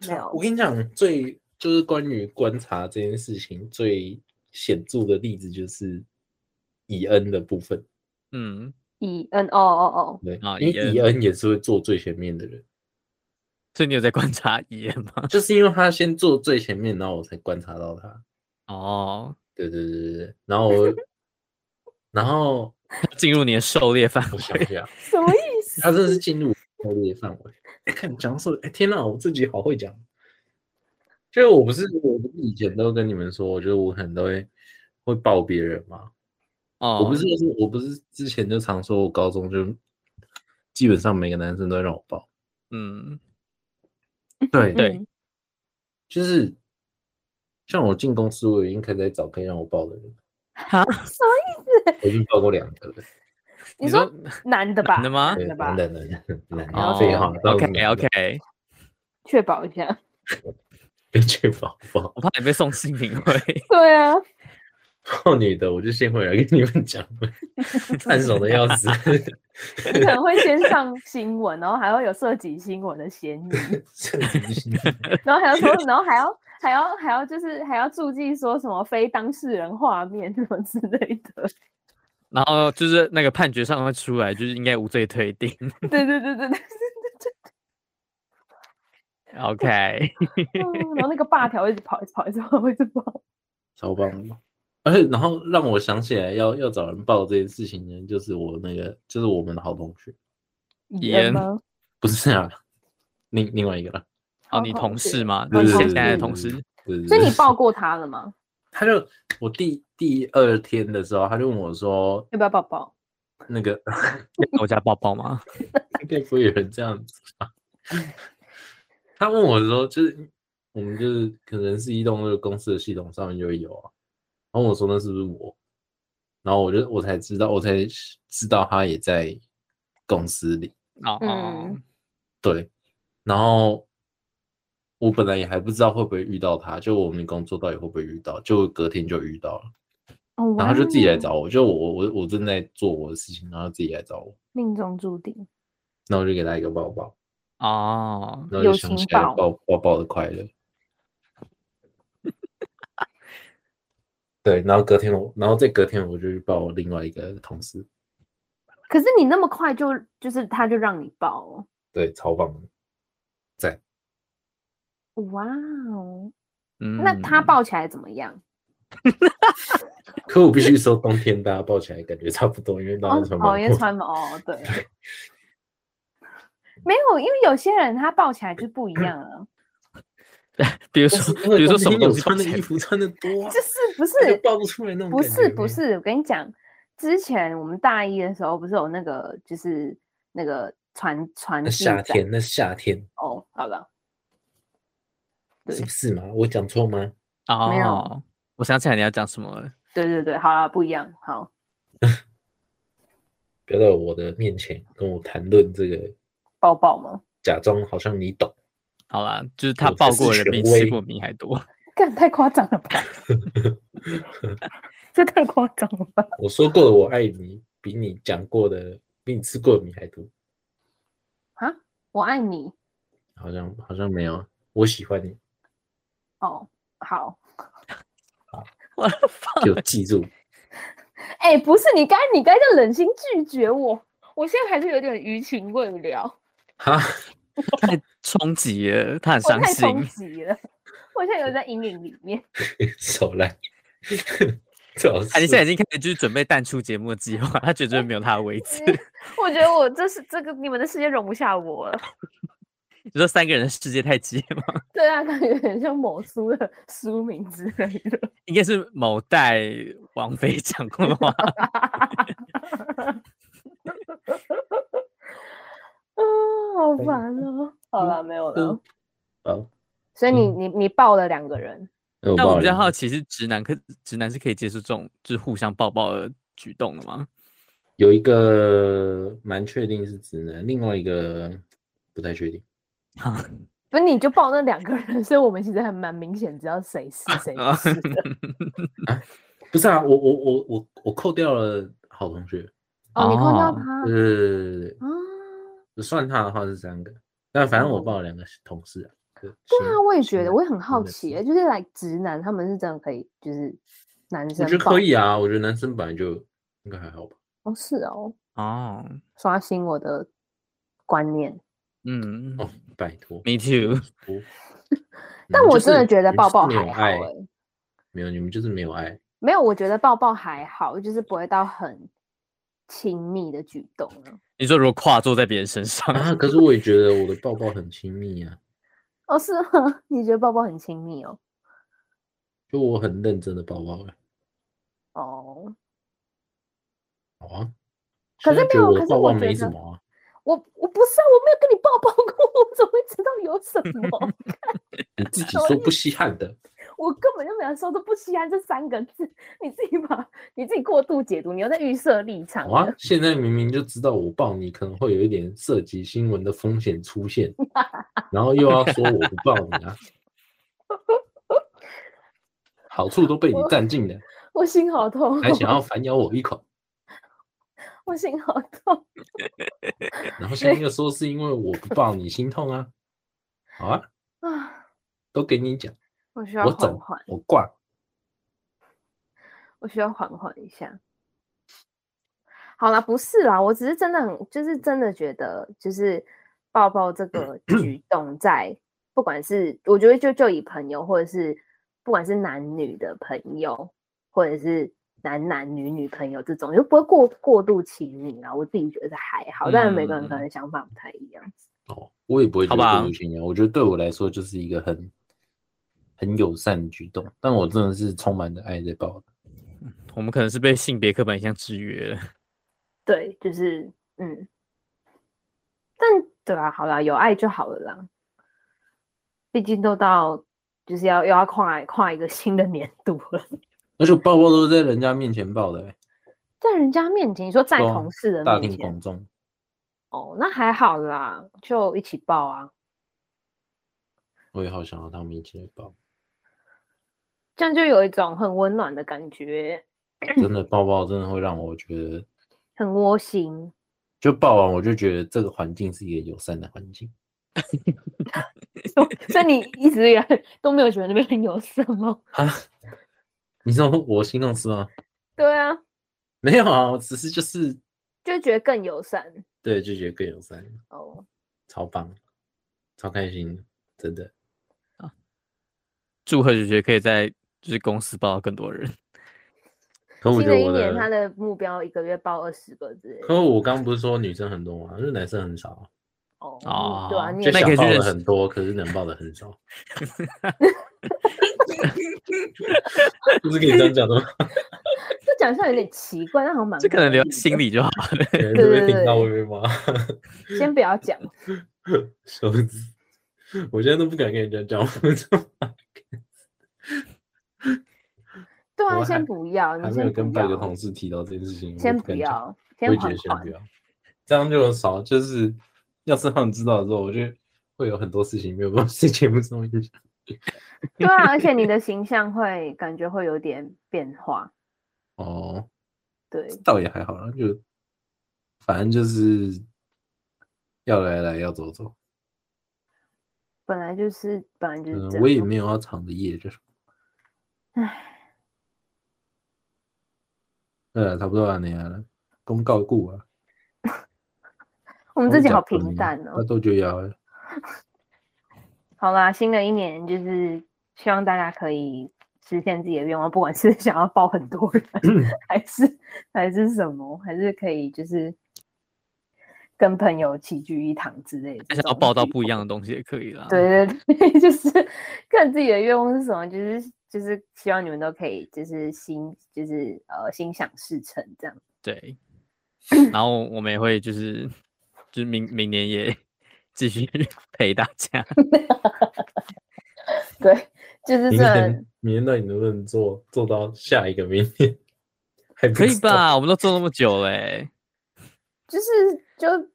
Speaker 3: 没有
Speaker 1: 我，跟你讲，最就是关于观察这件事情最显著的例子就是以恩的部分，
Speaker 2: 嗯，
Speaker 3: 以嗯，哦哦哦，
Speaker 1: 对，
Speaker 2: 啊
Speaker 1: 因
Speaker 2: 以
Speaker 1: 为
Speaker 2: 恩
Speaker 1: 以恩也是会坐最前面的 人，
Speaker 2: 所以你有在观察遗言吗？
Speaker 1: 就是因为他先坐最前面，然后我才观察到他。
Speaker 2: 哦，
Speaker 1: 对对对对对，然后 我，然后
Speaker 2: 进入你的狩猎范
Speaker 1: 我
Speaker 2: 围。
Speaker 1: 想一下，
Speaker 3: 什么意思？
Speaker 1: 他真的是进入我的范围。哎、看讲什么？哎、天哪，我自己好会讲。就是我不是我不是以前都跟你们说，我觉得我可能都会会抱别人嘛。
Speaker 2: 哦，
Speaker 1: 我不是就是我不是之前就常说，我高中就基本上每个男生都会让我抱。
Speaker 2: 嗯，
Speaker 1: 对
Speaker 2: 对
Speaker 3: 嗯，
Speaker 1: 就是像我进公司，我已经开始在找可以让我抱的人，
Speaker 2: 哈，
Speaker 3: 什么
Speaker 1: 我已经抱过两个了。
Speaker 3: 你说意男的吧？
Speaker 2: 男的吗哦
Speaker 1: 对，
Speaker 3: 的吧
Speaker 1: 男？的男的男
Speaker 3: 然
Speaker 1: 的，
Speaker 3: 后
Speaker 1: 废
Speaker 3: 这
Speaker 1: 话
Speaker 3: 样
Speaker 1: 当然是
Speaker 2: OK
Speaker 1: 男的
Speaker 2: OK，
Speaker 3: 确保一下。
Speaker 1: 跟确保抱
Speaker 2: 我怕你被送性品 会。
Speaker 3: 对啊，
Speaker 1: 抱女的，我就先回来跟你们讲了，暗爽的要死。
Speaker 3: 你可能会先上新闻，然后还会有涉及新闻的嫌 疑，然后还要说，然后还要还要还要就是还要注记说什么非当事人画面 什么之类的。
Speaker 2: 然后就是那个判决上会出来，就是应该无罪推定。
Speaker 3: 对对对 对对。
Speaker 2: OK，
Speaker 3: 嗯然后那个霸条一直跑，一直跑，一直跑，一直跑。
Speaker 1: 超棒的。而且，然后让我想起来要要找人报这件事情呢，就是我那个，就是我们的好同学，
Speaker 3: 以
Speaker 2: 盐
Speaker 3: 恩吗？
Speaker 1: 不是啊，另另外一个了，
Speaker 2: 哦，你同事
Speaker 3: 嘛，
Speaker 2: 嘛，
Speaker 1: 对
Speaker 2: 你
Speaker 3: 对
Speaker 2: 现
Speaker 3: 对
Speaker 2: 现在的
Speaker 3: 对
Speaker 2: 同事，
Speaker 1: 对对
Speaker 3: 所以
Speaker 1: 对
Speaker 3: 你抱过他了吗？
Speaker 1: 他就我第第二天的时候，他就问我说
Speaker 3: 要不要抱抱？
Speaker 1: 那个
Speaker 2: 我家抱抱吗？
Speaker 1: 应该不会有人这样子吧？他问我的时候，就是我们就是可能是移动那个公司的系统上面就会有啊。然后我说那是不是我？然后我就我才知道，我才知道他也在公司里。
Speaker 2: 哦哦
Speaker 3: 嗯，
Speaker 1: 对，然后我本来也还不知道会不会遇到他，就我们工作到底会不会遇到，就隔天就遇到了，
Speaker 3: 哦
Speaker 1: 然后他就自己来
Speaker 3: 哇
Speaker 1: 找我，就我我我正在做我的事情，然后自己来找我，
Speaker 3: 命中注定。
Speaker 1: 那我就给他一个抱抱，
Speaker 2: 哦，
Speaker 1: 然后就
Speaker 3: 友
Speaker 1: 想
Speaker 3: 情
Speaker 1: 起来
Speaker 3: 抱
Speaker 1: 抱抱抱的快乐。对，然后隔天我，然后再隔天我就去抱我另外一个同事，
Speaker 3: 可是你那么快就就是他就让你抱哦，
Speaker 1: 对，超棒的，在
Speaker 3: 哇哦！
Speaker 2: 嗯
Speaker 3: 那他抱起来怎么样？
Speaker 1: 可我必须说，冬天大家抱起来感觉差不多，因为大
Speaker 3: 哦
Speaker 1: 家穿
Speaker 3: 哦，
Speaker 1: 毛
Speaker 3: 因为
Speaker 1: 裤
Speaker 3: 穿嘛哦，对，没有，因为有些人他抱起来就不一样 啊，
Speaker 2: 比如
Speaker 1: 但是
Speaker 2: 说，
Speaker 1: 因为
Speaker 2: 比如说
Speaker 1: 冬
Speaker 2: 什
Speaker 1: 天
Speaker 2: 么
Speaker 1: 有
Speaker 2: 东西
Speaker 1: 穿的
Speaker 2: 抱起来
Speaker 1: 衣服穿的多、 啊，
Speaker 3: 就是不是
Speaker 1: 他就爆不出来那种
Speaker 3: 不
Speaker 1: 感觉
Speaker 3: 是不是，我跟你讲，之前我们大一的时候不是有那个就是那个传传
Speaker 1: 那
Speaker 3: 记
Speaker 1: 夏
Speaker 3: 展
Speaker 1: 天，那夏天
Speaker 3: 哦，好了，对
Speaker 1: 是不是嘛？我讲错吗？
Speaker 3: 没有
Speaker 2: 哦，我想起来你要讲什么了，
Speaker 3: 对对对，好了，不一样，好，
Speaker 1: 不要在我的面前跟我谈论这个，
Speaker 3: 抱抱嘛，
Speaker 1: 假装好像你懂。
Speaker 2: 好啦，就是他
Speaker 1: 我才
Speaker 2: 抱
Speaker 1: 是
Speaker 2: 过的人
Speaker 1: 权
Speaker 2: 比吃
Speaker 1: 威
Speaker 2: 过米还多，
Speaker 3: 干太夸张 了吧，这太夸张了吧，
Speaker 1: 我说过的我爱你，比你讲过的，比你吃过的米还多。
Speaker 3: 啊，我爱你
Speaker 1: 好像好像没有，我喜欢你，
Speaker 3: 哦，好，
Speaker 2: 我的妈
Speaker 1: 就记住。
Speaker 3: 哎、不是你该你该叫忍心拒绝我，我现在还是有点余情未了，
Speaker 1: 哈，
Speaker 2: 太冲击了，他很
Speaker 3: 我
Speaker 2: 伤
Speaker 3: 太
Speaker 2: 心，
Speaker 3: 冲击了，我现在有在阴影里 面。
Speaker 1: 手 烂，最好是。
Speaker 2: 哎，你现在已经开始就是准备淡出节目的计划，他绝对没有他的位 置。
Speaker 3: 我觉得我这是这个你们的世界容不下我了。
Speaker 2: 你说三个人的世界太挤了吗？
Speaker 3: 对啊，感觉很像某书的 书名之类的。
Speaker 2: 应该是某代王菲讲过的话。
Speaker 3: 啊，好
Speaker 1: 对
Speaker 3: 烦哦。 好了，没有了
Speaker 1: 嗯。好，
Speaker 3: 所以你
Speaker 1: 嗯
Speaker 3: 你你抱了两个人，
Speaker 1: 那我
Speaker 2: 那我
Speaker 1: 抱
Speaker 2: 比较
Speaker 1: 你
Speaker 2: 好奇是直男可直男是可以接受这种就是互相抱抱的举动的吗？
Speaker 1: 有一个蛮确定是直男，另外一个不太确定。
Speaker 3: 不是你就抱那两个人，所以我们其实还蛮明显知道谁是 谁
Speaker 1: 啊哎
Speaker 3: 不是的。
Speaker 1: 不是啊，我我我我我扣掉了好同学，
Speaker 3: 哦，你看到
Speaker 2: 哦
Speaker 3: 他
Speaker 1: 对对对对对
Speaker 3: 啊？
Speaker 1: 对，算他的话是三个，但反正我
Speaker 3: 哦
Speaker 1: 报了两个同事啊。对
Speaker 3: 对啊，我也觉得，我也很好
Speaker 1: 真的
Speaker 3: 奇
Speaker 1: 是
Speaker 3: 欸，就是来直男他们是真的可以，就是男
Speaker 1: 我
Speaker 3: 生
Speaker 1: 觉得
Speaker 3: 抱
Speaker 1: 可以啊，我觉得男生本来就应该还好吧。
Speaker 3: 哦，是哦，
Speaker 2: 哦，
Speaker 3: 刷新我的观念。
Speaker 2: 嗯
Speaker 1: 哦，拜托，
Speaker 2: ，Me too。
Speaker 1: 我
Speaker 3: 但
Speaker 1: 你们嗯
Speaker 3: 我
Speaker 1: 就是
Speaker 3: 真的觉得
Speaker 1: 你们
Speaker 3: 抱
Speaker 1: 就是
Speaker 3: 抱
Speaker 1: 没有
Speaker 3: 还好
Speaker 1: 爱
Speaker 3: 欸，
Speaker 1: 没有你们就是没有爱，
Speaker 3: 没有，我觉得抱抱还好，就是不会到很亲密的举动啊。
Speaker 2: 你说如果跨坐在别人身上，
Speaker 1: 啊，可是我也觉得我的抱抱很亲密啊，
Speaker 3: 哦，是吗？ 你觉得抱抱很亲密哦？
Speaker 1: 就我很认真的抱抱啊，
Speaker 3: 哦，
Speaker 1: 好啊。
Speaker 3: 可
Speaker 1: 现
Speaker 3: 是
Speaker 1: 在
Speaker 3: 没
Speaker 1: 觉得
Speaker 3: 有
Speaker 1: 我的
Speaker 3: 可是
Speaker 1: 抱
Speaker 3: 我
Speaker 1: 抱
Speaker 3: 觉
Speaker 1: 没
Speaker 3: 得
Speaker 1: 什么啊，
Speaker 3: 我我不是啊，我没有跟你抱抱过， 我怎么会知道有什 么？
Speaker 1: 你自己
Speaker 3: 我
Speaker 1: 说
Speaker 3: 一
Speaker 1: 不稀罕的，
Speaker 3: 我根本就没有说都不稀罕这三个字，你自己把你自己过度解读，你又在预设立场
Speaker 1: 好啊
Speaker 3: 了。，
Speaker 1: 现在明明就知道我抱你可能会有一点涉及新闻的风险出 现，然后又要说我不抱你啊，好处都被你占尽了，
Speaker 3: 我心好痛，
Speaker 1: 还想要反咬我一口，
Speaker 3: 我心好痛。
Speaker 1: 然后现在又说是因为我不抱你心痛啊，好啊，
Speaker 3: 啊，
Speaker 1: 都给你讲，
Speaker 3: 我需要
Speaker 1: 我
Speaker 3: 缓
Speaker 1: 走
Speaker 3: 缓，，
Speaker 1: 我挂，
Speaker 3: 我需要缓缓一下。好啦，不是啦，我只是真的很，就是真的觉得，就是抱抱这个举动在，不管是我觉得就就以朋友，或者是不管是男女的朋友，或者是男男女女朋友这种，就不会过过度亲密啦。我自己觉得还好，但是每个人可
Speaker 2: 嗯
Speaker 3: 能想法不太一样。
Speaker 1: 哦，我也不会觉
Speaker 2: 好吧
Speaker 1: 得过度炫耀，我觉得对我来说就是一个很很友善的举动，但我真的是充满着爱在抱的。
Speaker 2: 我们可能是被性别刻板印象制约了。
Speaker 3: 对，就是嗯，但对啊，好啦，有爱就好了啦。毕竟都到就是要又要跨跨一个新的年度了，
Speaker 1: 而且抱抱都是在人家面前抱的、欸，
Speaker 3: 在人家面前，你说在
Speaker 1: 对啊
Speaker 3: 同事的
Speaker 1: 大
Speaker 3: 面
Speaker 1: 庭
Speaker 3: 前，
Speaker 1: 广众。
Speaker 3: 哦，那还好啦，就一起报啊，
Speaker 1: 我也好想要他们一起来 抱，
Speaker 3: 这样就有一种很温暖的感觉，
Speaker 1: 真的抱抱真的会让我觉得，
Speaker 3: 很窝心。
Speaker 1: 就抱完我就觉得这个环境是一个友善的环境。
Speaker 3: 所以你一直以来都没有觉得那边很有什么？
Speaker 1: 啊，你说我心动是吗？
Speaker 3: 对啊，
Speaker 1: 没有啊，我只是就是
Speaker 3: 就觉得更友善
Speaker 1: 对，就觉得更友善，
Speaker 3: 哦。
Speaker 1: 超棒，超开心的，真的。
Speaker 2: 祝贺姐姐可以在就是公司抱到更多人。
Speaker 1: 啊可我
Speaker 3: 新
Speaker 1: 觉得
Speaker 3: 的一
Speaker 1: 我
Speaker 3: 年他的目标一个月报二十个之类的
Speaker 1: 可我刚不是说女生很多吗？就是男生很少啊，
Speaker 3: 哦，嗯
Speaker 2: 哦
Speaker 3: 对啊，你
Speaker 1: 就
Speaker 3: 也
Speaker 2: 那
Speaker 1: 想
Speaker 2: 可以去
Speaker 1: 抱的
Speaker 2: 认识
Speaker 1: 很多，可是能抱的很 少。 不是跟你这样讲的 吗？
Speaker 3: 这讲出来有点奇怪，但好像蛮
Speaker 2: 这可能
Speaker 3: 合理
Speaker 2: 留
Speaker 3: 的
Speaker 2: 在心里就好了。
Speaker 1: 对
Speaker 3: 对
Speaker 1: 被
Speaker 3: 对
Speaker 1: 听到
Speaker 3: 对
Speaker 1: 会被骂，
Speaker 3: 先不要 讲，
Speaker 1: 手指，我现在都不敢跟人家讲我们这话，
Speaker 3: 对啊，
Speaker 1: 我
Speaker 3: 先
Speaker 1: 还
Speaker 3: 不要，你
Speaker 1: 还没有
Speaker 3: 先
Speaker 1: 跟
Speaker 3: 不
Speaker 1: 半个
Speaker 3: 要
Speaker 1: 同，事提到这件事情，我
Speaker 3: 先
Speaker 1: 不
Speaker 3: 不
Speaker 1: 敢讲
Speaker 3: 要，
Speaker 1: 我
Speaker 3: 先
Speaker 1: 也觉
Speaker 3: 缓
Speaker 1: 得先
Speaker 3: 缓
Speaker 1: 不。要，这样就少，就是要是他们知道的时候，我就会有很多事情没有办法在节目中分享。
Speaker 3: 对啊，而且你的形象会感觉会有点变化，
Speaker 1: 哦，
Speaker 3: 对，
Speaker 1: 倒也还好啦，就反正就是要来来，要走走。
Speaker 3: 本来就是本来就是
Speaker 1: 嗯
Speaker 3: 这，样。
Speaker 1: 我也没有要藏着掖着。
Speaker 3: 唉，
Speaker 1: 呃，差不多啊，那样了，公告故啊。我
Speaker 3: 我们自己好平淡
Speaker 1: 那
Speaker 3: 哦。
Speaker 1: 都就 要了。
Speaker 3: 好啦，新的一年就是希望大家可以实现自己的愿望，不管是 想要抱很多人，还是还是什么，还是可以就是跟朋友齐聚一堂之类的这
Speaker 2: 想要
Speaker 3: 种。
Speaker 2: 抱到不一样的东西也可以啦。，
Speaker 3: 对对对， 就是看自己的愿望是什么，就是就是希望你们都可以就是心就是呃心想事成这样。
Speaker 2: 对，然后我们也会就是，就是明明年也 继续陪大家。
Speaker 3: 对，就是
Speaker 1: 明
Speaker 3: 虽然
Speaker 2: 嗯
Speaker 1: 天，明天到底能不能做做到下一个明天？还不
Speaker 2: 可以
Speaker 1: 知道？
Speaker 2: 吧？我们都做那么久嘞、欸
Speaker 3: 就是就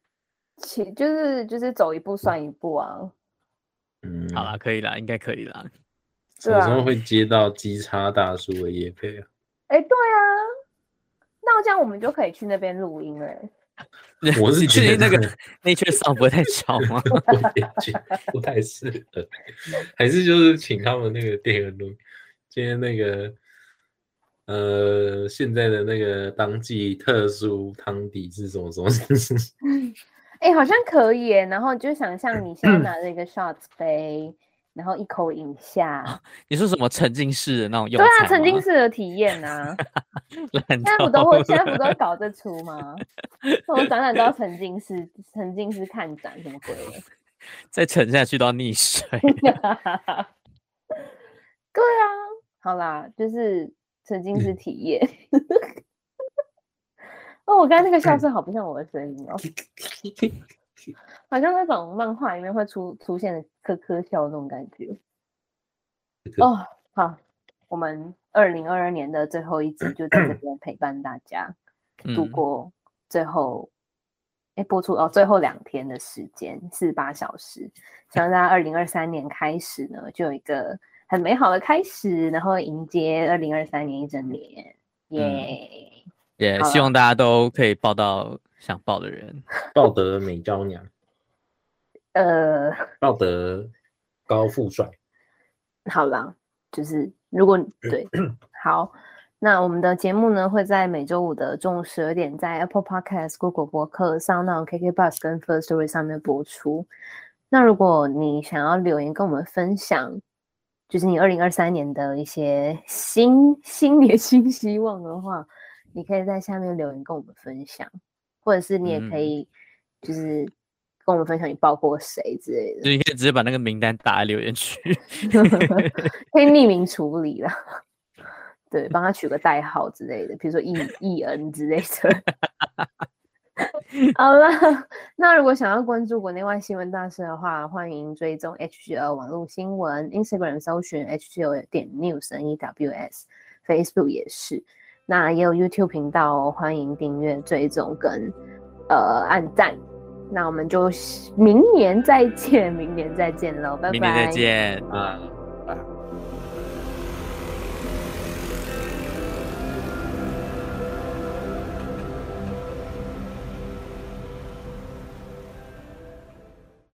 Speaker 3: 起就是就是走一步算一步啊。
Speaker 1: 嗯，
Speaker 2: 好啦，可以啦，应该可以啦。
Speaker 1: 什
Speaker 3: 对
Speaker 1: 么时候
Speaker 3: 啊，
Speaker 1: 会接到鸡叉大叔的夜配啊？
Speaker 3: 哎，对啊，那这样我们就可以去那边录音了欸。
Speaker 1: 我是
Speaker 2: 你确
Speaker 1: 觉
Speaker 2: 定那个
Speaker 1: 得
Speaker 2: nature sound 不会太吵吗？
Speaker 1: 我也觉得不太适合，还是就是请他们那个店员录。今天那个呃，现在的那个当季特殊汤底是什么
Speaker 3: 哦
Speaker 1: 什么？
Speaker 3: 哎、好像可以耶。然后你就想象你现在拿着一个 shots 杯，然后一口饮下，
Speaker 2: 你说什么沉浸式的那种用
Speaker 3: 对啊，
Speaker 2: 餐
Speaker 3: 沉浸
Speaker 2: 吗
Speaker 3: 式的体验啊。
Speaker 2: 烂
Speaker 3: 现在不
Speaker 2: 透
Speaker 3: 都会，现在
Speaker 2: 了
Speaker 3: 不都会搞这出吗？ 什么展览都要沉浸式，沉浸式看展什么鬼的？
Speaker 2: 再沉下去都要溺水。
Speaker 3: 对啊，好啦，就是沉浸式体验。 哦，我刚才那个笑声好不像我的声音哦，好像那种漫画里面会出出现的咯咯笑那种感觉。哦，好，我们二零二二年的最后一集就在这边陪伴大家度
Speaker 2: 嗯
Speaker 3: 过最后，哎、播出哦，最后两天的时间，四十八小时，希望大家二零二三年开始呢，就有一个很美好的开始，然后迎接二零二三年一整年，
Speaker 2: 嗯
Speaker 3: 耶、
Speaker 2: 也
Speaker 3: 好
Speaker 2: 希望大家都可以抱到想抱的人。
Speaker 1: 抱得美娇娘，
Speaker 3: 呃，
Speaker 1: 抱得高富帅，
Speaker 3: 好啦，就是如果你对好，那我们的节目呢会在每周五的中午十二点在 Apple Podcast、Google 播客、上 o KK Bus 跟 First Story 上面播出。那如果你想要留言跟我们分享，就是你二零二三年的一些新新年新希望的话，你可以在下面留言跟我们分享，或者是你也可
Speaker 2: 嗯
Speaker 3: 以就是跟我们分享你抱过谁之类
Speaker 2: 就
Speaker 3: 的，
Speaker 2: 你可以直接把那个名单打在留言区。
Speaker 3: 可以匿名处理了。对，帮他取个代号之类的，比如说 E E N 之类的。 好了，那如果想要关注国内外新闻大事的话，欢迎追踪 HGL 网络新闻，Instagram 搜寻 HGL 点 news n e w s。Facebook 也是，那也有 YouTube 频道哦，欢迎订阅、追踪跟呃按赞。那我们就明年再见，明年再见喽，拜拜，
Speaker 2: 明天再见。
Speaker 1: 啊。